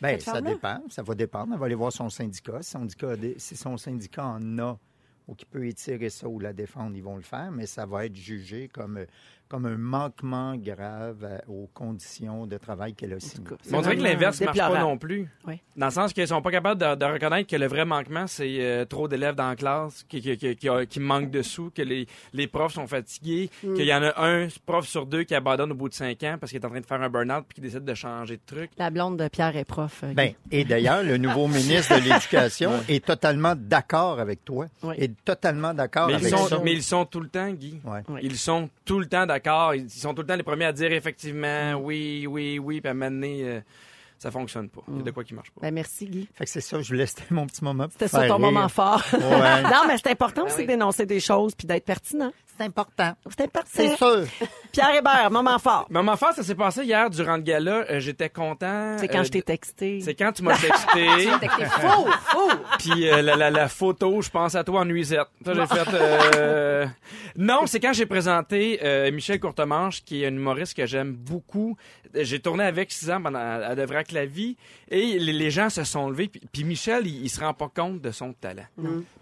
Speaker 6: Bien,
Speaker 4: Cette
Speaker 6: ça
Speaker 4: femme-là?
Speaker 6: dépend. Ça va dépendre. Elle va aller voir son syndicat. Si, son syndicat a des- si son syndicat en a ou qui peut étirer ça ou la défendre, ils vont le faire, mais ça va être jugé comme, comme un manquement grave à- aux conditions de travail qu'elle a signées.
Speaker 4: cas,
Speaker 5: Mais on dirait que
Speaker 3: vraiment
Speaker 5: l'inverse marche pas
Speaker 3: déplorable.
Speaker 5: non plus.
Speaker 3: Oui.
Speaker 5: Dans le sens qu'ils sont pas capables de, de reconnaître que le vrai manquement, c'est euh, trop d'élèves dans la classe, qui, qui, qui, qui, qui manquent de sous, que les, les profs sont fatigués,
Speaker 3: Mm.
Speaker 5: qu'il y en a un prof sur deux qui abandonne au bout de cinq ans parce qu'il est en train de faire un burn-out puis qu'il décide de changer de truc.
Speaker 3: La blonde de Pierre est prof. euh,
Speaker 6: Ben, et d'ailleurs, le nouveau ministre de l'Éducation est totalement d'accord avec toi.
Speaker 3: Oui.
Speaker 6: Est totalement d'accord
Speaker 5: Mais ils,
Speaker 6: Ah, avec ça.
Speaker 5: sont, mais ils sont tout le temps, Guy.
Speaker 6: Ouais.
Speaker 3: Oui.
Speaker 5: Ils sont tout le temps d'accord. Ils ils sont tout le temps les premiers à dire effectivement
Speaker 3: Mm.
Speaker 5: oui, oui, oui, puis à un moment donné, euh, ça fonctionne pas. Il y a de quoi qui marche pas.
Speaker 3: Ben, merci, Guy.
Speaker 6: Fait que c'est ça, je voulais, c'était mon petit moment. pour
Speaker 3: C'était
Speaker 6: faire
Speaker 3: ça ton
Speaker 6: rire.
Speaker 3: moment fort.
Speaker 6: Ouais.
Speaker 3: non, mais c'est important
Speaker 5: Ben
Speaker 3: aussi
Speaker 4: oui.
Speaker 3: d'énoncer des choses puis d'être pertinent.
Speaker 6: C'est important.
Speaker 3: C'est important.
Speaker 6: C'est sûr.
Speaker 3: Pierre Hébert, moment fort.
Speaker 5: Mon enfant, ça s'est passé hier durant le gala. Euh, J'étais content.
Speaker 3: C'est quand
Speaker 5: euh,
Speaker 3: je t'ai texté.
Speaker 5: C'est quand tu m'as texté.
Speaker 4: T'es fou! Fou!
Speaker 5: Puis euh, la, la, la photo, je pense à toi en nuisette. Ça, j'ai fait. euh, Non, c'est quand j'ai présenté euh, Michel Courtemanche, qui est un humoriste que j'aime beaucoup. J'ai tourné avec six ans pendant, à De Vrac la vie, et les, les gens se sont levés. Puis, puis Michel, il, il se rend pas compte de son talent.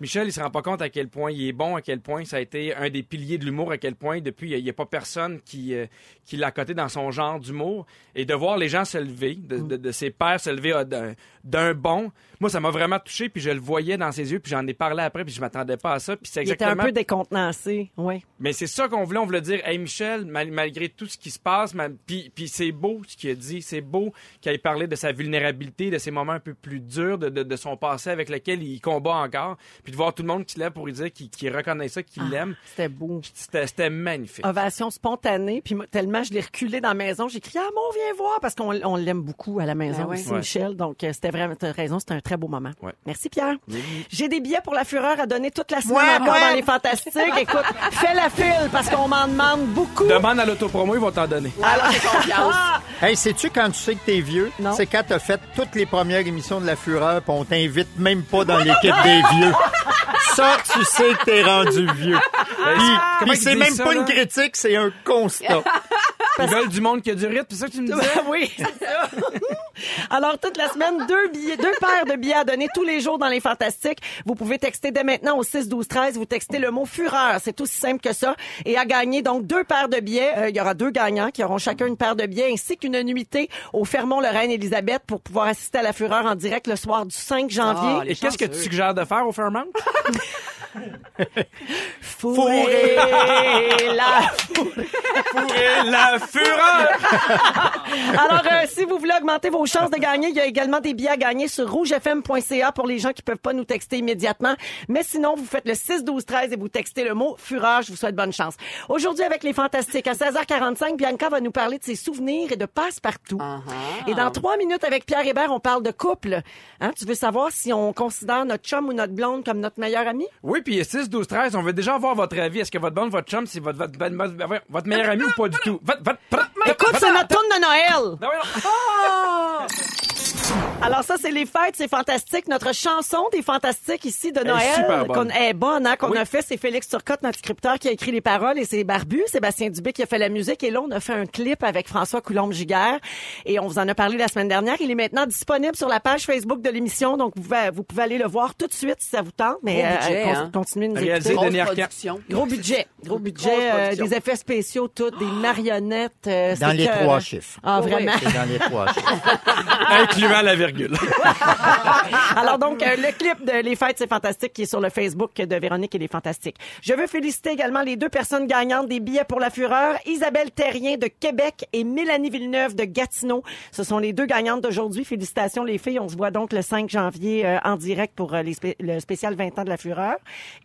Speaker 5: Michel, il se rend pas compte à quel point il est bon, à quel point ça a été un des piliers de l'humour, à quel point depuis, il n'y a, pas personne qui, euh, qui l'a coté dans son genre d'humour. Et de voir les gens se lever, de, de- de ses pairs se lever euh, d'un- d'un bond, moi, ça m'a vraiment touché, puis je le voyais dans ses yeux, puis j'en ai parlé après, puis je m'attendais pas à ça. Puis c'est
Speaker 3: Il était un
Speaker 5: exactement...
Speaker 3: peu décontenancé. Oui.
Speaker 5: Mais c'est ça qu'on voulait, on voulait dire, hey Michel, mal- malgré tout ce qui se passe, mal- puis puis c'est beau ce qu'il a dit, c'est beau qu'il ait parlé de sa vulnérabilité, de ses moments un peu plus durs, de, de, de son passé avec lequel il combat encore, puis de voir tout le monde qui l'aime pour lui dire qu'il qu'il reconnaît ça,
Speaker 4: Ah.
Speaker 5: qu'il l'aime,
Speaker 3: C'était beau.
Speaker 5: c'était c'était magnifique.
Speaker 3: Ovation spontanée, puis moi, tellement je l'ai reculé dans la maison, j'ai crié « Ah, mon, viens voir! » Parce qu'on on l'aime beaucoup à la maison
Speaker 4: Ben ouais.
Speaker 3: ici,
Speaker 5: Ouais.
Speaker 3: Michel. Donc, euh, c'était vraiment, t'as raison, c'était un très beau moment.
Speaker 5: Ouais.
Speaker 3: Merci, Pierre. J'ai des billets pour la fureur à donner toute la semaine
Speaker 6: Ouais,
Speaker 3: encore
Speaker 6: ouais.
Speaker 3: dans les Fantastiques. Écoute, fais la file, parce qu'on m'en demande beaucoup.
Speaker 5: Demande à l'autopromo, ils vont t'en donner.
Speaker 3: Ah,
Speaker 4: Alors, j'ai confiance.
Speaker 6: Hey, sais-tu quand tu sais que t'es vieux?
Speaker 3: Non.
Speaker 6: C'est quand t'as fait toutes les premières émissions de La Fureur pis on t'invite même pas dans l'équipe des vieux. Ça, tu sais que t'es rendu vieux. Puis,
Speaker 5: comment
Speaker 6: puis
Speaker 5: ils
Speaker 6: c'est
Speaker 5: disent
Speaker 6: même
Speaker 5: ça,
Speaker 6: pas
Speaker 5: là?
Speaker 6: une critique, c'est un constat.
Speaker 5: Ils veulent du monde qui a du rythme, c'est ça que tu me
Speaker 4: Bah
Speaker 5: disais?
Speaker 3: oui, c'est ça. Alors, toute la semaine, deux, billets, deux paires de billets à donner tous les jours dans les Fantastiques. Vous pouvez texter dès maintenant au 6-12-13. Vous textez le mot fureur. C'est aussi simple que ça. Et à gagner donc deux paires de billets. Euh, Il y aura deux gagnants qui auront chacun une paire de billets ainsi qu'une nuitée au Fermont le Reine Élisabeth pour pouvoir assister à la fureur en direct le soir du 5 janvier.
Speaker 4: Ah, les
Speaker 5: Et qu'est-ce que
Speaker 4: chanceux.
Speaker 5: tu suggères de faire au Fairmount?
Speaker 3: Fourré la
Speaker 5: Fourrer la fureur!
Speaker 3: Alors, euh, si vous voulez augmenter vos chances de gagner, il y a également des billets à gagner sur rougefm.ca pour les gens qui peuvent pas nous texter immédiatement. Mais sinon, vous faites le 6-12-13 et vous textez le mot fureur. Je vous souhaite bonne chance. Aujourd'hui, avec les Fantastiques, à 16h45, Bianca va nous parler de ses souvenirs et de passe-partout.
Speaker 4: Uh-huh.
Speaker 3: Et dans trois minutes, avec Pierre Hébert, on parle de couple. Hein, tu veux savoir si on considère notre chum ou notre blonde comme notre meilleur ami?
Speaker 5: Oui, puis 6, 12, 13, on veut déjà avoir votre avis. Est-ce que votre bande, votre chum, c'est votre, votre, votre- votre- votre meilleur ami ou pas du tout? Votre- votre-
Speaker 3: Bah,
Speaker 5: bah,
Speaker 3: Écoute, c'est notre tourne de Noël.
Speaker 5: Non, mais non.
Speaker 3: Alors ça, c'est les fêtes, c'est fantastique. Notre chanson des fantastiques ici de Noël,
Speaker 5: super bonne.
Speaker 3: qu'on est bonne, hein, qu'on
Speaker 5: Oui.
Speaker 3: a fait, c'est Félix Turcotte, notre scripteur, qui a écrit les paroles, et c'est Barbu, Sébastien Dubé qui a fait la musique. Et là, on a fait un clip avec François Coulombe-Giguère, et on vous en a parlé la semaine dernière. Il est maintenant disponible sur la page Facebook de l'émission, donc vous pouvez, vous pouvez aller le voir tout de suite si ça vous tente. Mais euh,
Speaker 4: Gros budget,
Speaker 3: con-
Speaker 4: hein.
Speaker 3: continuez de nous
Speaker 5: Réalisé
Speaker 3: écouter.
Speaker 5: de-
Speaker 4: Grosse
Speaker 5: Denis Arcand.
Speaker 4: production.
Speaker 3: Gros budget, gros budget,
Speaker 4: Grosse
Speaker 3: euh,
Speaker 4: production.
Speaker 3: des effets spéciaux, tout, des marionnettes. euh,
Speaker 6: Dans
Speaker 3: c'est
Speaker 6: les
Speaker 3: que-
Speaker 6: trois chiffres.
Speaker 3: Ah,
Speaker 4: Oui.
Speaker 3: vraiment?
Speaker 6: C'est dans les trois chiffres.
Speaker 5: Incluant la virgule.
Speaker 3: Alors donc, euh, le clip de Les Fêtes, c'est fantastique qui est sur le Facebook de Véronique et les Fantastiques. Je veux féliciter également les deux personnes gagnantes des billets pour la Fureur, Isabelle Terrien de Québec et Mélanie Villeneuve de Gatineau. Ce sont les deux gagnantes d'aujourd'hui. Félicitations les filles. On se voit donc le 5 janvier euh, en direct pour euh, les spé- le spécial 20 ans de la Fureur.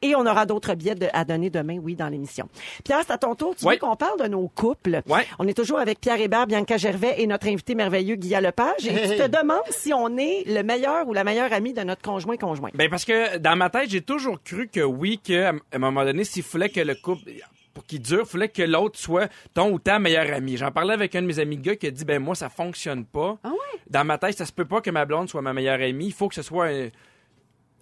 Speaker 3: Et on aura d'autres billets de- à donner demain, oui, dans l'émission. Pierre, c'est à ton tour. Tu
Speaker 5: Oui.
Speaker 3: veux qu'on parle de nos couples.
Speaker 5: Ouais.
Speaker 3: On est toujours avec Pierre Hébert, Bianca Gervais et notre invité merveilleux Guilla Lepage. Et tu te
Speaker 6: Hey.
Speaker 3: demande si on est le meilleur ou la meilleure amie de notre conjoint conjoint.
Speaker 5: Ben parce que dans ma tête, j'ai toujours cru que oui, qu'à un moment donné, s'il fallait que le couple pour qu'il dure, il fallait que l'autre soit ton ou ta meilleure amie. J'en parlais avec un de mes amis gars qui a dit ben moi ça fonctionne pas.
Speaker 4: Ah ouais?
Speaker 5: Dans ma tête, ça se peut pas que ma blonde soit ma meilleure amie, il faut que ce soit un,
Speaker 4: Un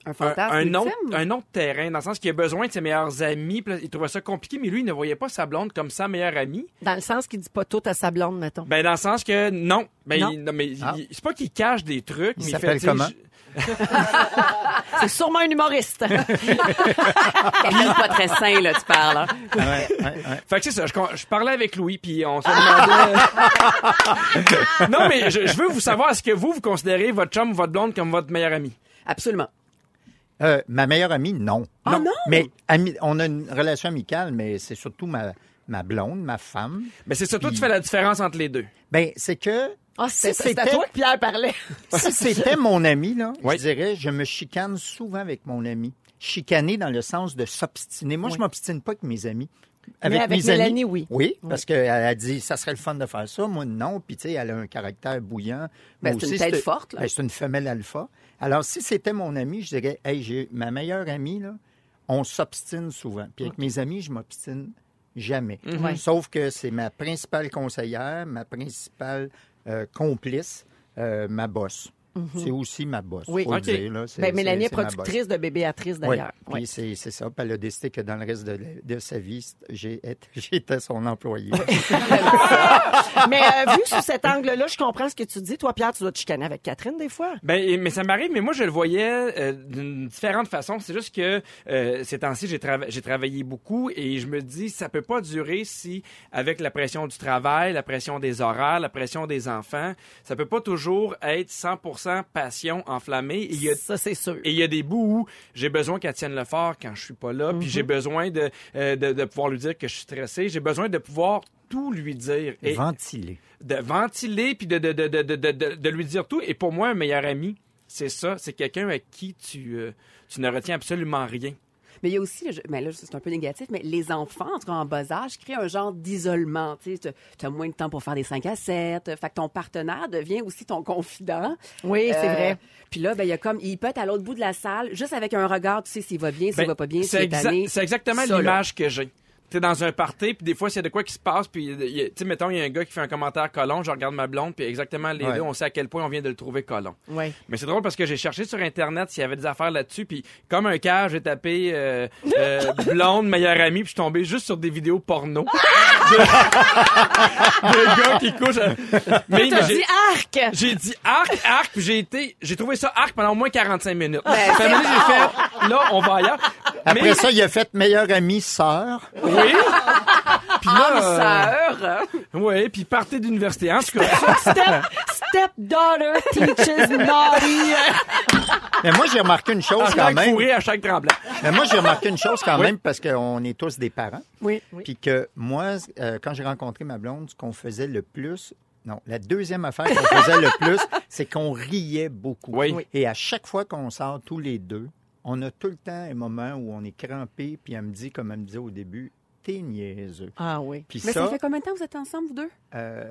Speaker 5: un,
Speaker 4: fantasme.
Speaker 5: un
Speaker 4: ultime.
Speaker 5: autre, un autre terrain dans le sens qu'il a besoin de ses meilleurs amis, Puis là, il trouvait ça compliqué mais lui il ne voyait pas sa blonde comme sa meilleure amie.
Speaker 3: Dans le sens qu'il dit pas tout à sa blonde, mettons.
Speaker 5: Ben dans le sens que non, ben
Speaker 3: Non.
Speaker 5: il- non, mais il-
Speaker 6: Ah.
Speaker 5: c'est pas qu'il cache des trucs, mais
Speaker 6: s'appelle
Speaker 5: tu sais,
Speaker 6: comment?
Speaker 5: je-
Speaker 3: C'est sûrement un humoriste.
Speaker 4: Quelqu'un de pas très sain, là, tu parles. hein.
Speaker 6: Ouais, ouais, ouais.
Speaker 5: Fait que c'est ça, je, con- je parlais avec Louis, puis on se demandait... non, mais je, je veux vous savoir, est-ce que vous, vous considérez votre chum ou votre blonde comme votre meilleur ami?
Speaker 4: Absolument.
Speaker 6: Euh, ma meilleure amie, non.
Speaker 4: Ah, non?
Speaker 6: Mais ami- on a une relation amicale, mais c'est surtout ma, ma blonde, ma femme.
Speaker 5: Mais Ben, c'est ça, toi,
Speaker 6: Hmm.
Speaker 5: tu fais la différence entre les deux.
Speaker 6: Ben, c'est que
Speaker 3: Ah, c'est
Speaker 6: Si
Speaker 3: c'est à
Speaker 6: c'était-
Speaker 3: toi que Pierre parlait.
Speaker 6: si c'était mon ami, là,
Speaker 5: Oui.
Speaker 6: je dirais, je me chicane souvent avec mon ami. Chicaner dans le sens de s'obstiner. Moi, je m'obstine pas avec mes amis.
Speaker 3: avec
Speaker 6: mes amis,
Speaker 3: Mélanie, oui.
Speaker 6: Oui, parce qu'elle a dit, ça serait le fun de faire ça. Moi, non. Puis, tu sais, elle a un caractère bouillant.
Speaker 4: Ben,
Speaker 6: Moi
Speaker 4: c'est une
Speaker 6: aussi,
Speaker 4: tête forte, là.
Speaker 6: ben, c'est une femelle alpha. Alors, si c'était mon ami, je dirais, hey, j'ai ma meilleure amie, là, on s'obstine souvent. Puis, avec mes amis, je m'obstine jamais.
Speaker 3: Mhm.
Speaker 6: Sauf que c'est ma principale conseillère, ma principale euh, complice, euh, ma boss. C'est aussi ma boss.
Speaker 3: Mhm. Oui.
Speaker 6: faut le
Speaker 5: OK.
Speaker 6: dire, là. C'est-
Speaker 3: Ben, Mélanie est
Speaker 6: c'est- c'est ma boss.
Speaker 3: productrice de Bébéatrice, d'ailleurs.
Speaker 6: Oui,
Speaker 3: Ouais.
Speaker 6: puis c'est- c'est ça. Puis elle a décidé que dans le reste de, la- de sa vie, c'est- j'ai été- j'étais son employé.
Speaker 3: Mais euh, vu sous cet angle-là, je comprends ce que tu dis. Toi, Pierre, tu dois te chicaner avec Catherine des fois.
Speaker 5: Ben, et- mais ça m'arrive, mais moi, je le voyais euh, d'une différente façon. C'est juste que euh, ces temps-ci, j'ai, trava- j'ai travaillé beaucoup et je me dis, ça peut pas durer si, avec la pression du travail, la pression des horaires, la pression des enfants, ça peut pas toujours être 100% passion enflammée. Et il y a
Speaker 3: Ça, c'est sûr.
Speaker 5: Et il y a des bouts où j'ai besoin qu'elle tienne le fort quand je suis pas là, puis j'ai besoin de, euh, de, de pouvoir lui dire que je suis stressé, j'ai besoin de pouvoir tout lui dire et
Speaker 6: Ventilé.
Speaker 5: de ventiler puis de, de, de, de, de, de- de lui dire tout. Et pour moi, un meilleur ami, c'est ça, c'est quelqu'un à qui tu, euh, tu ne retiens absolument rien.
Speaker 4: Mais il y a aussi, là, je- mais là, c'est un peu négatif, mais les enfants, en tout cas en bas âge, créent un genre d'isolement. Tu as moins de temps pour faire des 5 à 7. Fait que ton partenaire devient aussi ton confident.
Speaker 3: Oui, c'est
Speaker 4: Euh,
Speaker 3: vrai.
Speaker 4: Puis là, ben, il y a comme, il peut être à l'autre bout de la salle, juste avec un regard, tu sais s'il va bien, s'il
Speaker 5: Ben,
Speaker 4: va pas bien, s'il
Speaker 5: c'est
Speaker 4: est
Speaker 5: exa-
Speaker 4: tanné.
Speaker 5: C'est exactement
Speaker 4: Ça, là.
Speaker 5: l'image que j'ai. T'es dans un party, puis des fois, c'est de quoi qui se passe, puis, il y a- tu sais, mettons, il y a un gars qui fait un commentaire colon, je regarde ma blonde, puis exactement les
Speaker 6: Ouais.
Speaker 5: deux, on sait à quel point on vient de le trouver colon.
Speaker 3: Oui.
Speaker 5: Mais c'est drôle parce que j'ai cherché sur Internet s'il y avait des affaires là-dessus, puis comme un cas, j'ai tapé euh, euh, blonde, meilleure amie, puis je suis tombé juste sur des vidéos porno. de, de gars qui couchent. à- Mais
Speaker 3: T'as
Speaker 5: j'ai-
Speaker 3: dit arc!
Speaker 5: j'ai dit arc, arc, puis j'ai été, j'ai trouvé ça arc pendant au moins 45 minutes.
Speaker 4: Ben,
Speaker 5: Fait que là, j'ai fait, là, on va ailleurs.
Speaker 6: Après
Speaker 5: Mais-
Speaker 6: ça, il a fait meilleure amie, sœur.
Speaker 5: oui. Puis là,
Speaker 4: Sœur!
Speaker 5: euh, ouais, puis partez d'université. En tout cas, ça,
Speaker 3: Step, step daughter teaches naughty.
Speaker 6: Mais moi, j'ai remarqué une chose quand
Speaker 5: Ah, c'est
Speaker 6: même.
Speaker 5: fourré à chaque tremblant.
Speaker 6: Mais moi, j'ai remarqué une chose quand même parce qu'on est tous des parents.
Speaker 3: Oui.
Speaker 6: Puis que moi, euh, quand j'ai rencontré ma blonde, ce qu'on faisait le plus, non, la deuxième affaire qu'on faisait le plus, c'est qu'on riait beaucoup.
Speaker 5: Oui. Oui.
Speaker 6: Et à chaque fois qu'on sort tous les deux, on a tout le temps un moment où on est crampé, puis elle me dit, comme elle me disait au début, t'es niaiseux.
Speaker 3: Ah oui.
Speaker 6: Puis
Speaker 4: Mais ça,
Speaker 6: ça,
Speaker 4: fait combien de temps que vous êtes ensemble, vous deux?
Speaker 6: euh,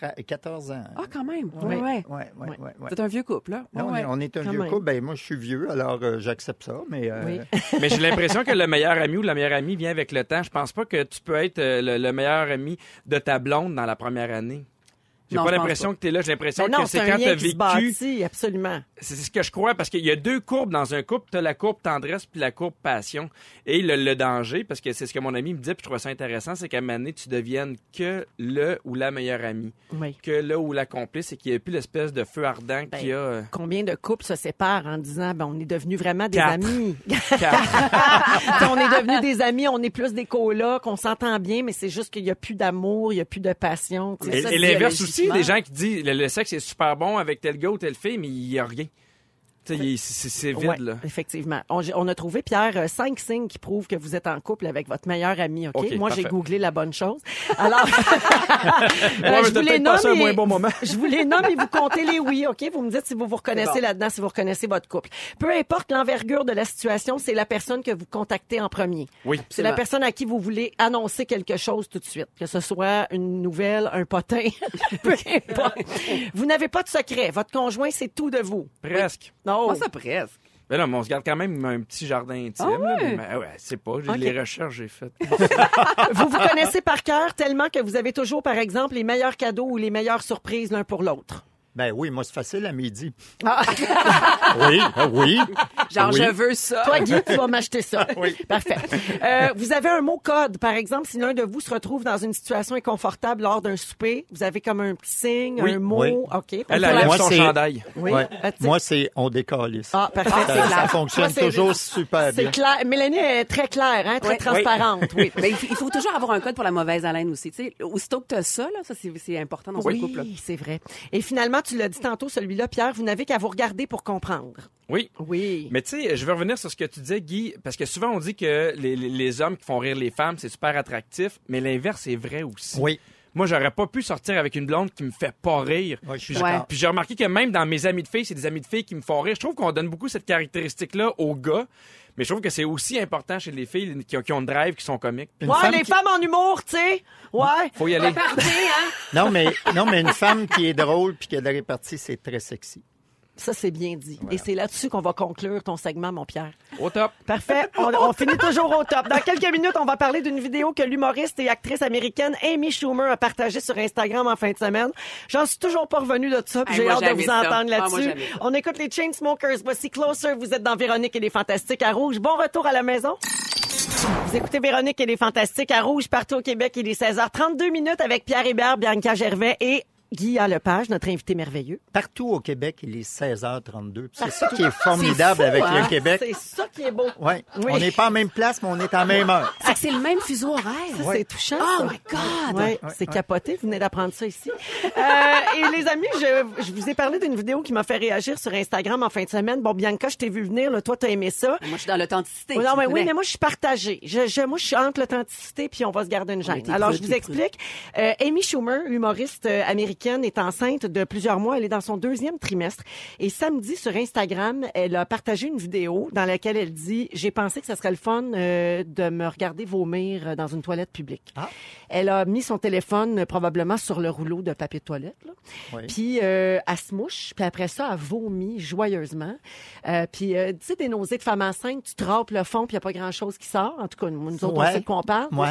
Speaker 6: tra- 14 ans.
Speaker 4: Ah, quand même.
Speaker 6: Oui,
Speaker 4: Ouais. Ouais.
Speaker 6: oui, oui, oui, oui.
Speaker 4: C'est un vieux couple, là.
Speaker 6: Non, on est-
Speaker 4: Ouais.
Speaker 6: on est un
Speaker 3: quand
Speaker 6: vieux
Speaker 3: même.
Speaker 6: couple. Ben, moi, je suis vieux, alors euh, j'accepte ça. Mais euh,
Speaker 4: Oui.
Speaker 5: Mais j'ai l'impression que le meilleur ami ou la meilleure amie vient avec le temps. Je pense pas que tu peux être euh, le, le meilleur ami de ta blonde dans la première année. J'ai
Speaker 4: Non,
Speaker 5: pas
Speaker 4: je pense
Speaker 5: l'impression que tu es là. J'ai l'impression
Speaker 3: Ben non,
Speaker 5: que
Speaker 3: c'est
Speaker 5: c'est
Speaker 3: un
Speaker 5: quand tu
Speaker 3: lien
Speaker 5: as
Speaker 3: qui se
Speaker 5: vécu.
Speaker 3: bâtit, absolument.
Speaker 5: C'est c'est ce que je crois parce qu'il y a deux courbes dans un couple. Tu as la courbe tendresse puis la courbe passion. Et le, le danger, parce que c'est ce que mon ami me dit, puis je trouve ça intéressant, c'est qu'à un moment donné, tu deviennes que le ou la meilleure amie.
Speaker 3: Oui.
Speaker 5: Que le ou la complice et qu'il n'y ait plus l'espèce de feu ardent
Speaker 3: Ben,
Speaker 5: qu'il y a. euh,
Speaker 3: Combien de couples se séparent en disant ben on est devenus vraiment des
Speaker 5: Quatre.
Speaker 3: amis.
Speaker 5: quatre.
Speaker 3: on est devenus des amis, on est plus des colocs, on s'entend bien, mais c'est juste qu'il n'y a plus d'amour, il n'y a plus de passion. tu sais,
Speaker 5: Et,
Speaker 3: ça,
Speaker 5: et l'inverse aussi,
Speaker 3: biologiquement.
Speaker 5: des gens qui disent le, le sexe est super bon avec tel gars ou telle fille, mais il n'y a rien. Tu sais, il- c'est c'est vide,
Speaker 3: Ouais,
Speaker 5: là.
Speaker 3: Effectivement. On, on a trouvé, Pierre, euh, cinq signes qui prouvent que vous êtes en couple avec votre meilleur ami, OK?
Speaker 5: OK,
Speaker 3: Moi, j'ai
Speaker 5: parfait.
Speaker 3: googlé la bonne chose. Alors, euh,
Speaker 5: Ouais, mais
Speaker 3: je
Speaker 5: t'as
Speaker 3: vous les
Speaker 5: peut-être passé
Speaker 3: nomme
Speaker 5: un
Speaker 3: et-
Speaker 5: moins bon moment.
Speaker 3: Je vous les nomme et vous comptez les oui, OK? Vous me dites si vous vous reconnaissez
Speaker 4: C'est bon.
Speaker 3: là-dedans, si vous reconnaissez votre couple. Peu importe l'envergure de la situation, c'est la personne que vous contactez en premier.
Speaker 5: Oui.
Speaker 3: C'est la
Speaker 4: Absolument.
Speaker 3: personne à qui vous voulez annoncer quelque chose tout de suite, que ce soit une nouvelle, un potin, peu importe. Vous n'avez pas de secret. Votre conjoint, c'est tout de vous.
Speaker 5: Presque.
Speaker 3: Non.
Speaker 4: Moi, ça presque.
Speaker 5: Mais non, mais on se garde quand même un petit jardin intime.
Speaker 4: Ah
Speaker 5: là,
Speaker 4: ouais?
Speaker 5: mais, ah ouais, c'est pas. j'ai-
Speaker 3: OK.
Speaker 5: Les recherches, j'ai faites.
Speaker 3: Vous vous connaissez par cœur tellement que vous avez toujours, par exemple, les meilleurs cadeaux ou les meilleures surprises l'un pour l'autre.
Speaker 6: ben oui, moi, c'est facile à midi.
Speaker 3: Ah!
Speaker 6: oui, ah oui.
Speaker 4: Genre,
Speaker 6: Oui.
Speaker 4: je veux ça.
Speaker 3: Toi, Guy, tu vas m'acheter ça. Parfait. Euh, vous avez un mot code. Par exemple, si l'un de vous se retrouve dans une situation inconfortable lors d'un souper, vous avez comme un petit signe,
Speaker 5: Oui.
Speaker 3: un mot.
Speaker 6: Oui.
Speaker 3: OK.
Speaker 5: Elle a
Speaker 6: Moi,
Speaker 5: lève son
Speaker 6: c'est-
Speaker 5: chandail.
Speaker 3: Oui.
Speaker 6: Ouais.
Speaker 3: Ah, tu sais-
Speaker 6: Moi, c'est on décalisse.
Speaker 3: Ah, parfait.
Speaker 6: ça,
Speaker 3: c'est
Speaker 6: ça
Speaker 3: clair.
Speaker 6: fonctionne
Speaker 3: Ça, c'est-
Speaker 6: toujours super bien.
Speaker 3: C'est clair. Mélanie est très claire, hein, très
Speaker 4: Oui.
Speaker 3: transparente. Oui.
Speaker 4: Mais Ben, il faut- il faut toujours avoir un code pour la mauvaise haleine aussi. tu sais. Aussitôt que tu as ça, là, ça c'est c'est important dans un
Speaker 3: Oui,
Speaker 4: couple. là.
Speaker 3: c'est vrai. Et finalement, tu l'as dit tantôt, celui-là, Pierre, vous n'avez qu'à vous regarder pour comprendre.
Speaker 5: Oui.
Speaker 3: Oui.
Speaker 5: Mais tu sais, je veux revenir sur ce que tu disais, Guy, parce que souvent on dit que les, les- les hommes qui font rire les femmes, c'est super attractif, mais l'inverse est vrai aussi.
Speaker 6: Oui.
Speaker 5: Moi, j'aurais pas pu sortir avec une blonde qui me fait pas rire.
Speaker 6: Ouais, je suis
Speaker 5: Puis-
Speaker 6: d'accord.
Speaker 5: Puis j'ai remarqué que même dans mes amis de filles, c'est des amis de filles qui me font rire. Je trouve qu'on donne beaucoup cette caractéristique-là aux gars, mais je trouve que c'est aussi important chez les filles qui ont, qui ont le drive, qui sont comiques.
Speaker 6: Une
Speaker 3: ouais,
Speaker 6: femme
Speaker 3: les
Speaker 6: qui-
Speaker 3: femmes en humour, tu sais. Ouais.
Speaker 5: Faut y aller.
Speaker 6: Non, mais, non, mais une femme qui est drôle puis qui a de la répartie, c'est très sexy.
Speaker 3: Ça, c'est bien dit. Et c'est là-dessus qu'on va conclure ton segment, mon Pierre.
Speaker 5: Au top.
Speaker 3: Parfait. On, on finit toujours au top. Dans quelques minutes, on va parler d'une vidéo que l'humoriste et actrice américaine Amy Schumer a partagée sur Instagram en fin de semaine. J'en suis toujours pas revenue de ça, puis
Speaker 4: Hey,
Speaker 3: j'ai
Speaker 4: moi,
Speaker 3: hâte de
Speaker 4: j'aimais
Speaker 3: vous
Speaker 4: ça.
Speaker 3: entendre
Speaker 4: Ah, moi,
Speaker 3: là-dessus.
Speaker 4: j'aimais ça.
Speaker 3: on écoute les Chainsmokers. Voici Closer. Vous êtes dans Véronique et les Fantastiques à Rouge. Bon retour à la maison. Vous écoutez Véronique et les Fantastiques à Rouge partout au Québec. Il est 16h32 minutes avec Pierre Hébert, Bianca Gervais et Guy A. Lepage, notre invité merveilleux.
Speaker 6: Partout au Québec, il est 16h32. C'est ça qui est formidable avec
Speaker 4: hein?
Speaker 6: le Québec.
Speaker 3: C'est ça qui est beau.
Speaker 6: Ouais.
Speaker 3: Oui.
Speaker 6: On n'est pas en même place, mais on est en même heure.
Speaker 4: C'est que c'est le même fuseau horaire.
Speaker 3: Ça, c'est touchant.
Speaker 4: Oh
Speaker 3: ça.
Speaker 4: my God!
Speaker 3: Ouais, c'est capoté. Vous venez d'apprendre ça ici. Euh, et les amis, je, je vous ai parlé d'une vidéo qui m'a fait réagir sur Instagram en fin de semaine. Bon, Bianca, je t'ai vu venir. Là, toi, t'as aimé ça.
Speaker 4: Moi, je suis dans l'authenticité.
Speaker 3: Oui, Oh non,
Speaker 4: tu
Speaker 3: mais
Speaker 4: me
Speaker 3: oui,
Speaker 4: connais.
Speaker 3: mais moi, je suis partagée. Je, je- moi, je suis entre l'authenticité, puis on va se garder une
Speaker 4: mais
Speaker 3: gêne.
Speaker 4: t'es
Speaker 3: Alors,
Speaker 4: prude,
Speaker 3: je vous
Speaker 4: t'es
Speaker 3: explique. Euh, Amy Schumer, humoriste euh, américaine, est enceinte de plusieurs mois. Elle est dans son deuxième trimestre. Et samedi, sur Instagram, elle a partagé une vidéo dans laquelle elle dit « J'ai pensé que ça serait le fun euh, de me regarder vomir euh, dans une toilette publique.
Speaker 6: Ah.
Speaker 3: Elle a mis son téléphone euh, probablement sur le rouleau de papier de toilette. là.
Speaker 6: Oui.
Speaker 3: Puis euh, elle se mouche, puis après ça, elle vomit joyeusement. Euh, puis euh, tu sais, des nausées de femme enceinte, tu te râpes le fond, puis il n'y a pas grand-chose qui sort. En tout cas, nous nous autres, on
Speaker 6: Ouais.
Speaker 3: sait de quoi on parle.
Speaker 6: Ouais.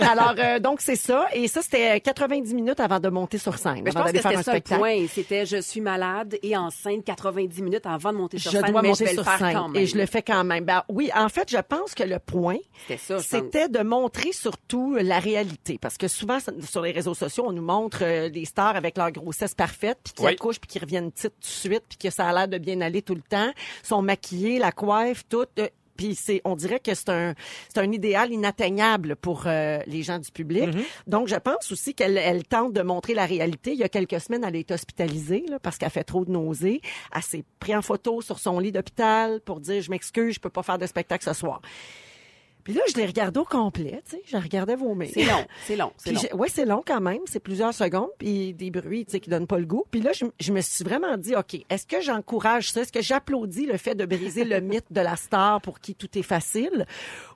Speaker 3: Alors, euh, donc, c'est ça. Et ça, c'était euh, 90 minutes avant de monter sur scène,
Speaker 4: Mais je
Speaker 3: avant
Speaker 4: pense
Speaker 3: d'aller
Speaker 4: que
Speaker 3: faire
Speaker 4: c'était
Speaker 3: un
Speaker 4: ça le
Speaker 3: spectacle.
Speaker 4: point. C'était je suis malade et enceinte 90 minutes avant de monter sur
Speaker 3: Je
Speaker 4: scène.
Speaker 3: dois
Speaker 4: mais
Speaker 3: monter
Speaker 4: je vais
Speaker 3: sur
Speaker 4: le faire quand
Speaker 3: scène
Speaker 4: même.
Speaker 3: et je le fais quand même. Ben, oui, en fait, je pense que le point,
Speaker 4: C'était ça, je pense.
Speaker 3: c'était de montrer surtout euh, la réalité. Parce que souvent, ça- sur les réseaux sociaux, on nous montre euh, des stars avec leur grossesse parfaite, puis qui
Speaker 5: Oui.
Speaker 3: accouchent, puis qui reviennent petites tout de suite, puis que ça a l'air de bien aller tout le temps. Ils sont maquillés, la coiffe, tout. euh, puis c'est, on dirait que c'est un, c'est un idéal inatteignable pour euh, les gens du public.
Speaker 4: Mhm.
Speaker 3: Donc, je pense aussi qu'elle elle tente de montrer la réalité. Il y a quelques semaines, elle est hospitalisée là, parce qu'elle fait trop de nausées. Elle s'est pris en photo sur son lit d'hôpital pour dire, je m'excuse, je peux pas faire de spectacle ce soir. Puis là, je les regardais au complet, tu sais. Je regardais vos mails.
Speaker 4: C'est long, c'est long, c'est
Speaker 3: Puis
Speaker 4: long.
Speaker 3: j'ai- ouais, c'est long quand même, c'est plusieurs secondes, puis des bruits, tu sais, qui donnent pas le goût. Puis là, je, je me suis vraiment dit, ok, est-ce que j'encourage ça, est-ce que j'applaudis le fait de briser le mythe de la star pour qui tout est facile,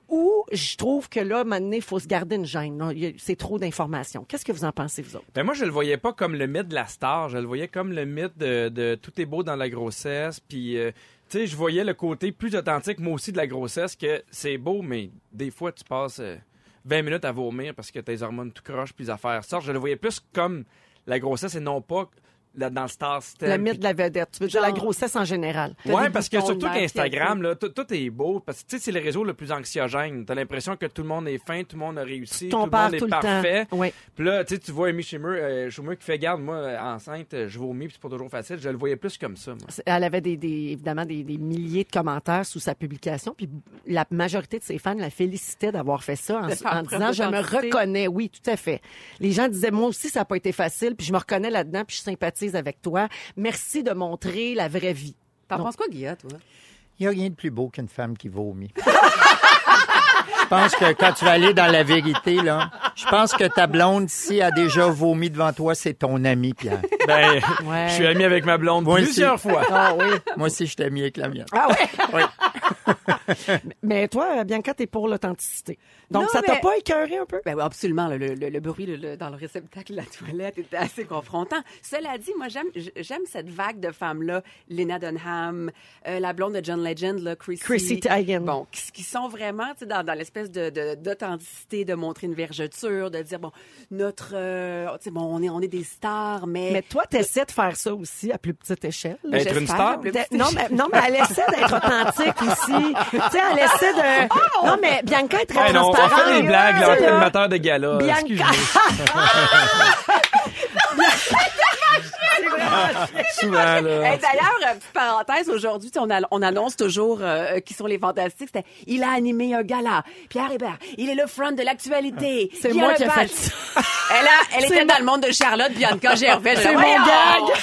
Speaker 3: ou je trouve que là, maintenant, il faut se garder une gêne, Non, il y a- c'est trop d'informations. Qu'est-ce que vous en pensez vous autres
Speaker 5: Ben moi, je le voyais pas comme le mythe de la star. Je le voyais comme le mythe de, de tout est beau dans la grossesse. Puis, euh, tu sais, je voyais le côté plus authentique, moi aussi, de la grossesse, que c'est beau, mais des fois, tu passes euh, 20 minutes à vomir parce que tes hormones tout croche, puis les affaires sortent. Je le voyais plus comme la grossesse et non pas là, dans le star system.
Speaker 3: Le mythe de la vedette, tu veux dire
Speaker 4: Euh, Genre-
Speaker 3: la grossesse en général.
Speaker 4: T'as
Speaker 5: Ouais,
Speaker 4: des
Speaker 5: parce que
Speaker 4: boutons de
Speaker 5: surtout
Speaker 4: mer,
Speaker 5: qu'Instagram,
Speaker 4: puis-
Speaker 5: là, tout, tout est beau. Parce que tu sais, c'est le réseau le plus anxiogène. T'as l'impression que tout le monde est fin, tout le monde a réussi, tout,
Speaker 3: Ton
Speaker 5: le
Speaker 3: père
Speaker 5: monde est
Speaker 3: tout le
Speaker 5: parfait.
Speaker 3: temps. Oui.
Speaker 5: Puis là, tu sais, tu vois Amy Schumer, euh, Schumer qui fait garde, moi, euh, enceinte, euh, je vomis, puis c'est pas toujours facile. Je le voyais plus comme ça, moi.
Speaker 3: C'est- Elle avait des, des- évidemment des, des milliers de commentaires sous sa publication, puis la majorité de ses fans la félicitaient d'avoir fait ça en,
Speaker 4: De faire
Speaker 3: en
Speaker 4: preuve
Speaker 3: disant je me
Speaker 4: d'authenticité.
Speaker 3: reconnais, oui, tout à fait. Les gens disaient moi aussi ça n'a pas été facile, puis je me reconnais là-dedans, puis je sympathise avec toi. Merci de montrer la vraie vie.
Speaker 4: T'en
Speaker 3: Non.
Speaker 4: penses quoi, Guilla, toi?
Speaker 6: Il n'y a rien de plus beau qu'une femme qui vomit. Je pense que quand tu vas aller dans la vérité, là, je pense que ta blonde, si elle a déjà vomi devant toi, c'est ton ami, Pierre.
Speaker 5: Ben,
Speaker 3: Ouais.
Speaker 5: je suis ami avec ma blonde
Speaker 6: Moi aussi.
Speaker 5: plusieurs fois.
Speaker 3: Ah oui.
Speaker 6: Moi aussi, je t'ai mis avec la mienne.
Speaker 3: Ah ouais. Mais toi, Bianca, t'es pour l'authenticité. Donc
Speaker 4: Non,
Speaker 3: ça t'a
Speaker 4: mais-
Speaker 3: pas écœuré un peu?
Speaker 4: Ben oui, absolument, le, le- le- le bruit le- le- dans le réceptacle de la toilette était assez confrontant. Cela dit, moi, j'aime j- j'aime cette vague de femmes-là, Lena Dunham, euh, la blonde de John Legend, là, Chrissy.
Speaker 3: Chrissy Teigen.
Speaker 4: Bon, qui, qui sont vraiment tu sais, dans, dans l'espèce de- de- d'authenticité, de, montrer une vergeture, de dire, bon, notre... euh, tu sais, bon, on est, on est des stars, mais...
Speaker 3: Mais toi, t'essaies de faire ça aussi à plus petite échelle.
Speaker 5: Être une
Speaker 4: J'espère,
Speaker 5: star?
Speaker 4: plus
Speaker 3: De-
Speaker 4: petit-
Speaker 3: non, mais, non, mais elle essaie d'être authentique aussi. tu sais, elle essaie de.
Speaker 4: Oh!
Speaker 3: Non, mais Bianca est très
Speaker 5: Hey, non, on
Speaker 3: transparente.
Speaker 5: fait des blagues, là,
Speaker 3: Tu sais,
Speaker 5: entre
Speaker 3: là,
Speaker 5: animateurs de gala.
Speaker 3: Bianca.
Speaker 5: Excuse-moi. Souvent,
Speaker 3: Ah,
Speaker 5: là.
Speaker 4: Hey, D'ailleurs, euh, petite parenthèse, aujourd'hui, tu sais, on, a- on annonce toujours euh, euh, qui sont les fantastiques. C'était, il a animé un gala. Pierre Hébert, il est le front de l'actualité.
Speaker 3: Ah, C'est
Speaker 4: Pierre
Speaker 3: moi qui ai
Speaker 4: Lepage.
Speaker 3: fait ça.
Speaker 4: Elle, a- elle
Speaker 3: C'est
Speaker 4: était
Speaker 3: ma-
Speaker 4: dans le monde de Charlotte, Bianca Gervais.
Speaker 3: C'est mon gag.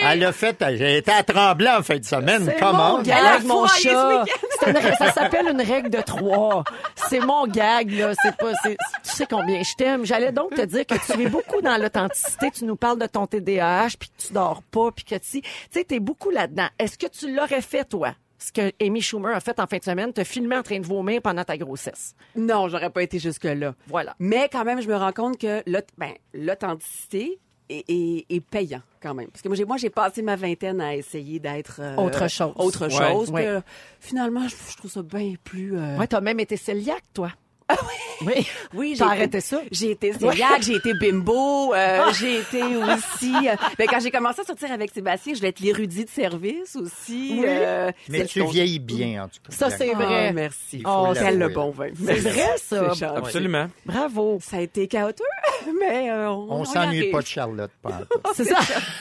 Speaker 6: Elle a fait, j'ai été à Tremblant en fin de semaine.
Speaker 3: C'est
Speaker 6: Comment?
Speaker 3: mon
Speaker 4: Elle a
Speaker 3: gag, mon
Speaker 4: foiré ce
Speaker 3: chat.
Speaker 4: week-end.
Speaker 3: C'est une rè- ça s'appelle une règle de trois. C'est mon gag, là. C'est pas, c'est- tu sais combien je t'aime. J'allais donc te dire que tu es beaucoup dans l'authenticité. Tu nous parles de ton TDAH, puis que tu dors pas, puis que tu, tu sais, t'es beaucoup là-dedans. Est-ce que tu l'aurais fait, toi? Ce que Amy Schumer a fait en fin de semaine, te filmer en train de vomir pendant ta grossesse.
Speaker 4: Non, j'aurais pas été jusque-là.
Speaker 3: Voilà.
Speaker 4: Mais quand même, je me rends compte que l'aut- ben, l'authenticité est, est- est payant quand même. Parce que moi, j'ai, moi, j'ai passé ma vingtaine à essayer d'être euh,
Speaker 3: Autre chose.
Speaker 4: Autre
Speaker 3: Ouais.
Speaker 4: chose.
Speaker 3: Ouais.
Speaker 4: que, finalement, je, je trouve ça bien plus. euh,
Speaker 3: Ouais, t'as même été celiaque, toi. Ah oui.
Speaker 4: Oui,
Speaker 3: T'as
Speaker 4: j'ai
Speaker 3: arrêté ça? Ah!
Speaker 4: J'ai été celiaque, j'ai été bimbo, euh, j'ai été aussi. euh, ben, quand j'ai commencé à sortir avec Sébastien, je voulais être l'érudit de service aussi.
Speaker 3: Oui.
Speaker 4: euh,
Speaker 6: Mais
Speaker 4: celle
Speaker 6: tu
Speaker 4: qu'on-
Speaker 6: vieillis bien, en tout cas.
Speaker 3: Ça, c'est
Speaker 4: Ah,
Speaker 3: vrai.
Speaker 4: merci.
Speaker 6: faut
Speaker 4: Oh,
Speaker 6: l'avouer.
Speaker 4: quel le bon vin.
Speaker 3: C'est vrai, ça.
Speaker 4: C'est gentil.
Speaker 5: Absolument.
Speaker 3: Bravo.
Speaker 4: Ça a été chaoté, mais euh, on,
Speaker 6: On
Speaker 4: y
Speaker 6: s'ennuie
Speaker 4: arrive.
Speaker 6: pas de Charlotte, pas en tout.
Speaker 3: C'est ça.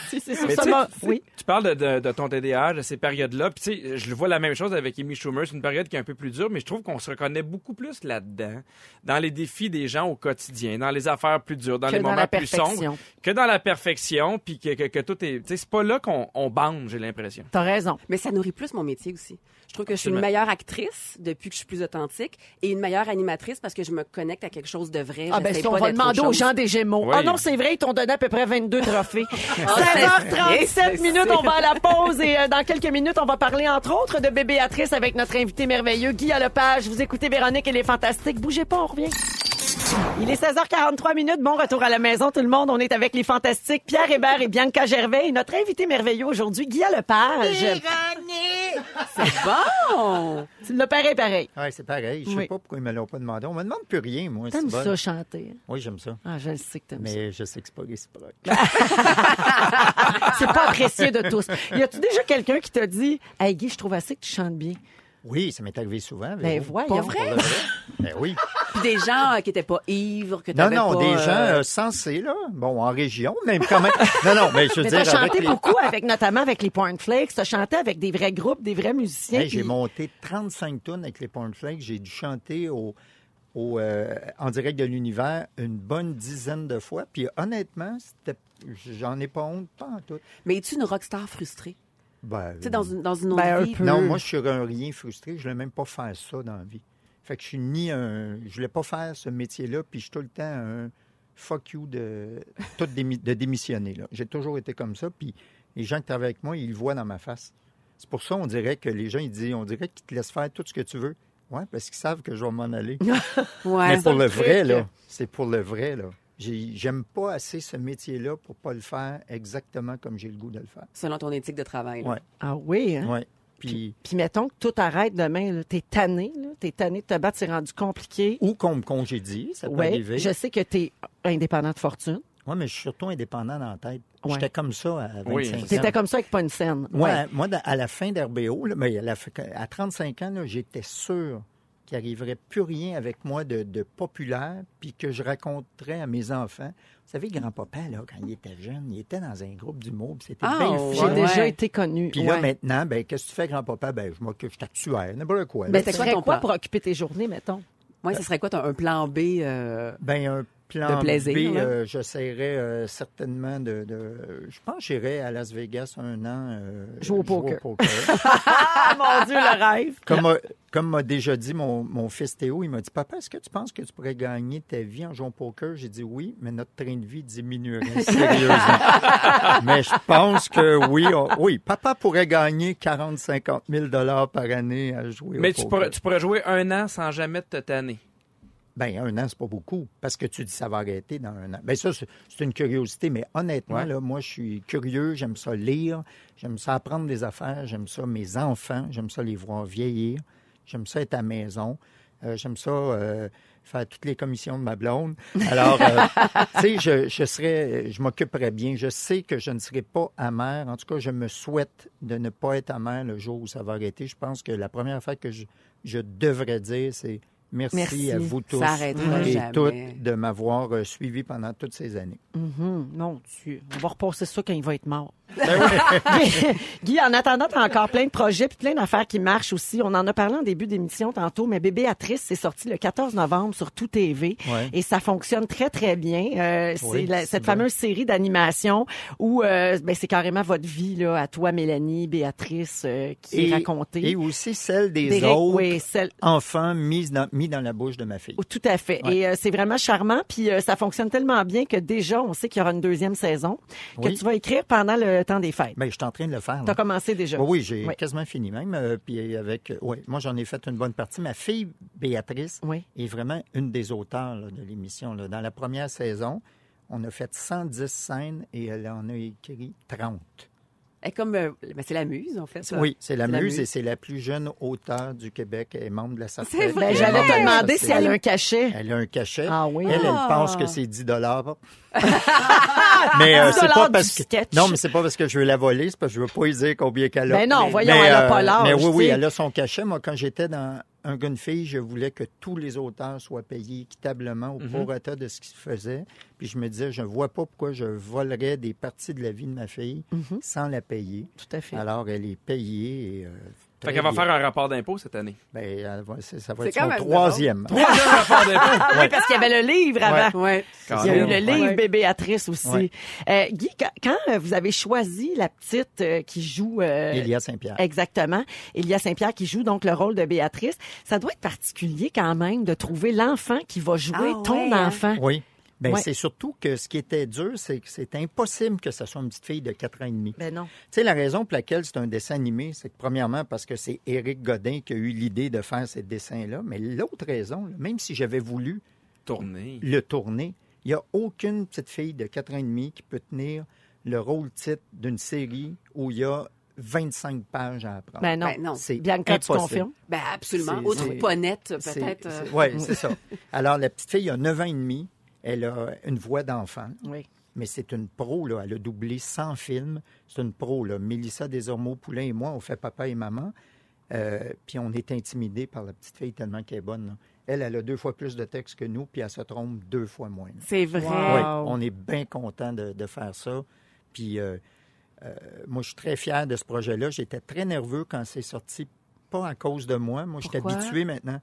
Speaker 3: c'est sûr.
Speaker 5: Mais
Speaker 3: Ça
Speaker 5: tu sais,
Speaker 3: m'a-
Speaker 5: tu-
Speaker 3: Oui.
Speaker 5: Tu parles de, de- de ton TDAH, de ces périodes-là. Puis, tu sais, je le vois la même chose avec Amy Schumer. C'est une période qui est un peu plus dure, mais je trouve qu'on se reconnaît beaucoup plus là-dedans, dans les défis des gens au quotidien, dans les affaires plus dures, dans
Speaker 3: Que
Speaker 5: les
Speaker 3: dans
Speaker 5: moments
Speaker 3: la
Speaker 5: plus sombres,
Speaker 3: perfection.
Speaker 5: que dans la perfection, puis que, que, que tout est. Tu sais, c'est pas là qu'on on bande, j'ai l'impression.
Speaker 3: T'as raison.
Speaker 4: Mais ça nourrit plus mon métier aussi. Je trouve que je suis une
Speaker 5: Absolument.
Speaker 4: meilleure actrice depuis que je suis plus authentique et une meilleure animatrice parce que je me connecte à quelque chose de vrai.
Speaker 3: Ah ben
Speaker 4: J'essaie
Speaker 3: si on
Speaker 4: pas
Speaker 3: va
Speaker 4: d'être
Speaker 3: demander
Speaker 4: autre
Speaker 3: aux
Speaker 4: chose.
Speaker 3: gens des Gémeaux.
Speaker 5: Oui.
Speaker 3: Ah non, c'est vrai, ils t'ont donné à peu près 22 trophées.
Speaker 4: c'est Ah,
Speaker 3: 16h37
Speaker 4: vrai,
Speaker 3: minutes,
Speaker 4: c'est
Speaker 3: on va à la pause et euh, dans quelques minutes, on va parler entre autres de bébé Atrice avec notre invité merveilleux Guy Lepage. Vous écoutez Véronique, elle est fantastique. Bougez pas, on revient. Il est 16h43 minutes. Bon retour à la maison, tout le monde. On est avec les fantastiques Pierre Hébert et Bianca Gervais. Et notre invité merveilleux aujourd'hui, Guy Lepage.
Speaker 4: Bon!
Speaker 3: Tu l'as pareil, pareil.
Speaker 6: Ouais, c'est pareil. Je sais
Speaker 3: Oui.
Speaker 6: pas pourquoi ils me l'ont pas demandé. On me demande plus rien, moi.
Speaker 3: T'aimes
Speaker 6: c'est bon.
Speaker 3: ça chanter? hein?
Speaker 6: Oui, j'aime ça.
Speaker 3: Ah, je le sais que t'aimes ça. Ah!
Speaker 6: Mais je sais que c'est pas réciproque.
Speaker 3: C'est pas apprécié de tous. Y a-tu déjà quelqu'un qui t'a dit, Hey Guy, je trouve assez que tu chantes bien?
Speaker 6: Oui, ça m'est arrivé souvent.
Speaker 3: Ben,
Speaker 6: Véro.
Speaker 3: voyons.
Speaker 6: Pas pour le Ben oui.
Speaker 4: Puis des gens euh, qui étaient pas ivres, que
Speaker 6: Non,
Speaker 4: t'avais
Speaker 6: non,
Speaker 4: pas,
Speaker 6: des
Speaker 4: euh,
Speaker 6: gens euh, sensés, là. Bon, en région, même quand même. Non, non, mais je veux
Speaker 3: Mais
Speaker 6: dire.
Speaker 3: t'as
Speaker 6: avec
Speaker 3: chanté
Speaker 6: les-
Speaker 3: beaucoup avec, notamment avec les Pornflakes. T'as chanté avec des vrais groupes, des vrais musiciens.
Speaker 6: Hey, j'ai
Speaker 3: puis-
Speaker 6: monté 35 tonnes avec les Pornflakes. J'ai dû chanter au, au, euh, en direct de l'univers une bonne dizaine de fois. Puis honnêtement, c'était- j'en ai pas honte, pas en tout.
Speaker 4: Mais es-tu une rockstar frustrée?
Speaker 6: Ben,
Speaker 4: Tu sais, dans une, dans une autre
Speaker 3: Ben, un
Speaker 4: vie.
Speaker 3: peu.
Speaker 6: Non, moi, je suis un rien frustré. Je ne voulais même pas faire ça dans la vie. Fait que je suis ni un. Je voulais pas faire ce métier-là, puis je suis tout le temps un fuck you de, tout démi- de démissionner. là. J'ai toujours été comme ça, puis les gens qui travaillent avec moi, ils le voient dans ma face. C'est pour ça, on dirait que les gens, ils disent, on dirait qu'ils te laissent faire tout ce que tu veux. Oui, parce qu'ils savent que je vais m'en aller.
Speaker 4: Ouais.
Speaker 6: Mais pour le vrai, là, c'est pour le vrai, là. J'ai- J'aime pas assez ce métier-là pour pas le faire exactement comme j'ai le goût de le faire.
Speaker 4: Selon ton éthique de travail. là.
Speaker 6: Ouais.
Speaker 3: Ah oui, hein?
Speaker 6: Oui. Puis,
Speaker 3: Puis mettons que tout arrête demain, là. t'es tanné, là. t'es tanné de te battre, c'est rendu compliqué.
Speaker 6: ou qu'on me congédie, ça peut
Speaker 3: Oui,
Speaker 6: arriver.
Speaker 3: je sais que t'es indépendant de fortune.
Speaker 6: Oui, mais je suis surtout indépendant dans la tête.
Speaker 3: Ouais.
Speaker 6: J'étais comme ça à 25
Speaker 5: Oui.
Speaker 6: ans.
Speaker 3: T'étais comme ça avec pas une scène.
Speaker 6: Moi, à- moi, dans- à la fin d'RBO, là, mais à, la fin- à 35 ans, là, j'étais sûr qu'il n'arriverait plus rien avec moi de, de populaire, puis que je raconterais à mes enfants. Vous savez, grand-papa, là, quand il était jeune, il était dans un groupe d'humour, puis c'était
Speaker 4: Ah,
Speaker 6: bien
Speaker 4: ouais.
Speaker 3: J'ai
Speaker 6: fun.
Speaker 3: déjà
Speaker 4: Ouais.
Speaker 3: été connue.
Speaker 6: Puis là,
Speaker 3: Ouais.
Speaker 6: maintenant, ben, qu'est-ce que tu fais, grand-papa? Ben, je m'occupe, je t'actuaire, n'importe quoi. là.
Speaker 3: Mais
Speaker 4: c'est
Speaker 3: tu
Speaker 4: quoi
Speaker 3: ferais
Speaker 4: ton
Speaker 3: quoi
Speaker 4: plan?
Speaker 3: pour occuper tes journées, mettons?
Speaker 4: Ouais, ce serait quoi ton, un plan B? euh,
Speaker 6: Ben, un plan
Speaker 4: De plaisir,
Speaker 6: B,
Speaker 4: là.
Speaker 6: euh, j'essaierais euh, certainement de, de- Je pense que j'irais à Las Vegas un an. euh,
Speaker 3: Jouer au poker. Ah, mon Dieu, le rêve!
Speaker 6: comme m'a- comme m'a déjà dit mon, mon fils Théo, il m'a dit Papa, est-ce que tu penses que tu pourrais gagner ta vie en jouant au poker J'ai dit oui, mais notre train de vie diminuerait sérieusement. mais je pense que oui, on- oui, papa pourrait gagner 40-50 000 dollars par année à jouer
Speaker 5: Mais
Speaker 6: au
Speaker 5: tu
Speaker 6: poker.
Speaker 5: pourrais, tu pourrais jouer un an sans jamais te tanner.
Speaker 6: Ben, un an, c'est pas beaucoup, parce que tu dis ça va arrêter dans un an. Ben, ça, c'est c'est une curiosité, mais honnêtement,
Speaker 5: Ouais.
Speaker 6: là, moi, je suis curieux, j'aime ça lire, j'aime ça apprendre des affaires, j'aime ça mes enfants, j'aime ça les voir vieillir, j'aime ça être à la maison, euh, j'aime ça euh, faire toutes les commissions de ma blonde. Alors, euh, tu sais, je, je serais, je m'occuperais bien. Je sais que je ne serai pas amer. En tout cas, je me souhaite de ne pas être amer le jour où ça va arrêter. Je pense que la première affaire que je, je devrais dire, c'est merci,
Speaker 3: Merci.
Speaker 6: à vous tous
Speaker 4: Ça arrêtera
Speaker 6: et
Speaker 4: jamais.
Speaker 6: toutes de m'avoir euh, suivi pendant toutes ces années.
Speaker 3: Mhm, Mon Dieu, on va repasser ça quand il va être mort.
Speaker 6: Ben
Speaker 3: Guy- Guy, en attendant, t'as encore plein de projets puis plein d'affaires qui marchent aussi. On en a parlé en début d'émission tantôt, mais Bébé Atrice, c'est sorti le 14 novembre sur Tout TV
Speaker 6: Ouais.
Speaker 3: et ça fonctionne très, très bien. Euh, c'est
Speaker 6: Oui,
Speaker 3: la-
Speaker 6: c'est
Speaker 3: cette
Speaker 6: vrai.
Speaker 3: fameuse série d'animation où euh, ben, c'est carrément votre vie là, à toi, Mélanie, Béatrice, euh, qui est racontée.
Speaker 6: et aussi celle des
Speaker 3: Derek,
Speaker 6: autres
Speaker 3: oui, celle-
Speaker 6: enfants mis dans, mis dans la bouche de ma fille.
Speaker 3: Oh, Tout à fait.
Speaker 6: Ouais.
Speaker 3: Et euh, c'est vraiment charmant. Puis euh, ça fonctionne tellement bien que déjà, on sait qu'il y aura une deuxième saison que
Speaker 6: Oui.
Speaker 3: tu vas écrire pendant le temps des fêtes.
Speaker 6: Ben, je suis en train de le faire.
Speaker 3: T'as
Speaker 6: là.
Speaker 3: commencé déjà.
Speaker 6: Oui, oui, j'ai
Speaker 3: Oui.
Speaker 6: quasiment fini même. euh, puis avec, euh, ouais, moi j'en ai fait une bonne partie. Ma fille Béatrice
Speaker 3: Oui.
Speaker 6: est vraiment une des auteurs là, de l'émission. là. Dans la première saison, on a fait 110 scènes et elle en a écrit 30.
Speaker 4: elle est comme, euh, ben, c'est la muse, en fait. ça.
Speaker 6: Oui, c'est la,
Speaker 4: C'est la
Speaker 6: muse
Speaker 4: muse.
Speaker 6: et c'est la plus jeune auteure du Québec. Elle est membre de la Sartène.
Speaker 4: C'est vrai!
Speaker 3: Ben, j'allais te demander si elle a un
Speaker 6: Elle
Speaker 3: cachet.
Speaker 6: elle a un cachet.
Speaker 3: Ah oui?
Speaker 6: Elle, elle
Speaker 4: Ah!
Speaker 6: pense que c'est 10 dollars. mais euh,
Speaker 3: 10
Speaker 6: c'est pas
Speaker 3: du
Speaker 6: parce que
Speaker 3: sketch.
Speaker 6: non, mais c'est pas parce que je veux la voler, c'est parce que je veux pas lui dire combien qu'elle a.
Speaker 3: Ben non, voyons, elle a pas l'âge,
Speaker 6: Mais oui,
Speaker 3: tu
Speaker 6: oui,
Speaker 3: sais.
Speaker 6: elle a son cachet. Moi, quand j'étais dans un gars, une fille, je voulais que tous les auteurs soient payés équitablement
Speaker 5: Mhm.
Speaker 6: au prorata de ce qu'ils faisaient. Puis je me disais, je vois pas pourquoi je volerais des parties de la vie de ma fille sans la payer.
Speaker 3: Tout à Mhm. fait.
Speaker 6: Alors, elle est payée. Et, euh,
Speaker 5: Fait
Speaker 6: très
Speaker 5: qu'elle va
Speaker 6: bien.
Speaker 5: faire un rapport d'impôt cette année.
Speaker 6: Ben, elle va- c'est- ça va
Speaker 4: C'est
Speaker 6: être
Speaker 4: quand
Speaker 6: son
Speaker 4: même drôle.
Speaker 6: troisième.
Speaker 5: Troisième rapport d'impôt!
Speaker 3: Oui, parce qu'il y avait le livre avant.
Speaker 4: Ouais.
Speaker 5: Quand
Speaker 3: Il y a eu
Speaker 5: même.
Speaker 3: le livre
Speaker 4: Ouais.
Speaker 3: Bébé Atrice aussi.
Speaker 6: Ouais.
Speaker 3: Euh, Guy, quand, quand, euh, vous avez choisi la petite euh, qui joue... euh,
Speaker 6: Elia Saint-Pierre.
Speaker 3: Exactement. Il y a Saint-Pierre qui joue donc le rôle de Béatrice. Ça doit être particulier quand même de trouver l'enfant qui va jouer
Speaker 4: Ah
Speaker 3: ton
Speaker 4: ouais, hein?
Speaker 3: enfant.
Speaker 6: Oui. Ben,
Speaker 3: Ouais.
Speaker 6: c'est surtout que ce qui était dur, c'est que c'est impossible que ça soit une petite fille de 4 ans et demi.
Speaker 3: Ben non.
Speaker 6: Tu sais, la raison pour laquelle c'est un dessin animé, c'est que premièrement parce que c'est Éric Godin qui a eu l'idée de faire ce dessin-là, mais l'autre raison, là, même si j'avais voulu
Speaker 5: Tournée.
Speaker 6: le tourner, il n'y a aucune petite fille de 4 ans et demi qui peut tenir le rôle-titre d'une série où il y a 25 pages à apprendre.
Speaker 3: Ben non.
Speaker 4: Ben non.
Speaker 6: C'est
Speaker 3: Bianca, tu
Speaker 6: impossible.
Speaker 3: confirmes?
Speaker 4: Ben, absolument.
Speaker 6: C'est-
Speaker 4: Autre
Speaker 6: c'est-
Speaker 4: ponette,
Speaker 6: C'est-
Speaker 4: peut-être. euh,
Speaker 6: c'est- ouais, c'est ça. Alors, la petite fille a 9 ans et demi. Elle a une voix d'enfant,
Speaker 3: Oui.
Speaker 6: mais c'est une pro, là. Elle a doublé 100 films. C'est une pro, là. Mélissa Desormeaux-Poulain et moi, on fait papa et maman. Euh, puis on est intimidés par la petite fille tellement qu'elle est bonne. là. Elle, elle a deux fois plus de texte que nous, puis elle se trompe deux fois moins. là.
Speaker 3: C'est vrai.
Speaker 6: Oui, on est bien content de, de faire ça. Puis euh, euh, moi, je suis très fier de ce projet-là. J'étais très nerveux quand c'est sorti, pas à cause de moi. Moi, je suis
Speaker 4: Pourquoi?
Speaker 6: habitué maintenant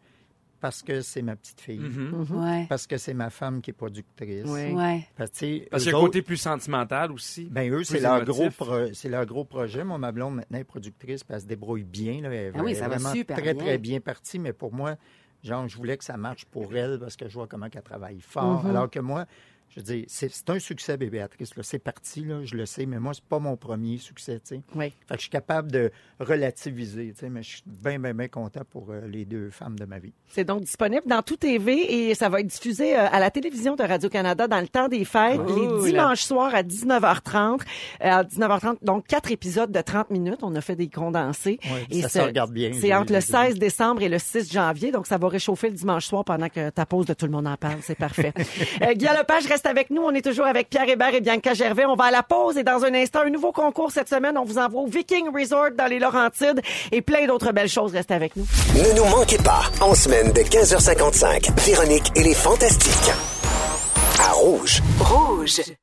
Speaker 6: parce que c'est ma petite fille,
Speaker 5: Mhm.
Speaker 4: Ouais.
Speaker 6: parce que c'est ma femme qui est productrice.
Speaker 3: Oui.
Speaker 4: Ouais.
Speaker 6: Parce, que, tu sais,
Speaker 5: Parce
Speaker 6: eux
Speaker 5: qu'il y a
Speaker 6: autres,
Speaker 5: le côté plus sentimental aussi.
Speaker 6: ben eux, c'est
Speaker 5: plus
Speaker 6: leur,
Speaker 5: émotif.
Speaker 6: gros pro- c'est leur gros projet. Moi, ma blonde, maintenant, est productrice, puis elle se débrouille bien. Là. Elle,
Speaker 4: Ah oui,
Speaker 6: elle
Speaker 4: ça
Speaker 6: est
Speaker 4: va
Speaker 6: vraiment
Speaker 4: super
Speaker 6: très,
Speaker 4: bien.
Speaker 6: très bien partie. Mais pour moi, Genre, je voulais que ça marche pour elle parce que je vois comment qu'elle travaille fort.
Speaker 4: Mhm.
Speaker 6: Alors que moi, je veux dire, c'est c'est un succès, Bébéatrice. là. C'est parti, là, je le sais, mais moi, c'est pas mon premier succès. tu sais.
Speaker 3: Oui.
Speaker 6: Fait que je suis capable de relativiser, tu sais, mais je suis bien, bien, bien content pour euh, les deux femmes de ma vie.
Speaker 3: C'est donc disponible dans tout TV et ça va être diffusé euh, à la télévision de Radio-Canada dans le temps des fêtes, les dimanches soirs à 19h30. Euh, À 19h30, donc quatre épisodes de 30 minutes. On a fait des condensés.
Speaker 6: Ouais, ça se
Speaker 3: c'est-
Speaker 6: regarde bien,
Speaker 3: C'est
Speaker 6: j'ai-
Speaker 3: entre le
Speaker 6: j'ai vu.
Speaker 3: 16 décembre et le 6 janvier, donc ça va réchauffer le dimanche soir pendant que ta pause de Tout le monde en parle. C'est parfait. euh, Guy Lepage reste avec nous. On est toujours avec Pierre Hébert et Bianca Gervais. On va à la pause et dans un instant, un nouveau concours cette semaine. On vous envoie au Viking Resort dans les Laurentides et plein d'autres belles choses. Restez avec nous.
Speaker 1: Ne nous manquez pas, en semaine de 15h55, Véronique et les Fantastiques. À Rouge.
Speaker 2: Rouge.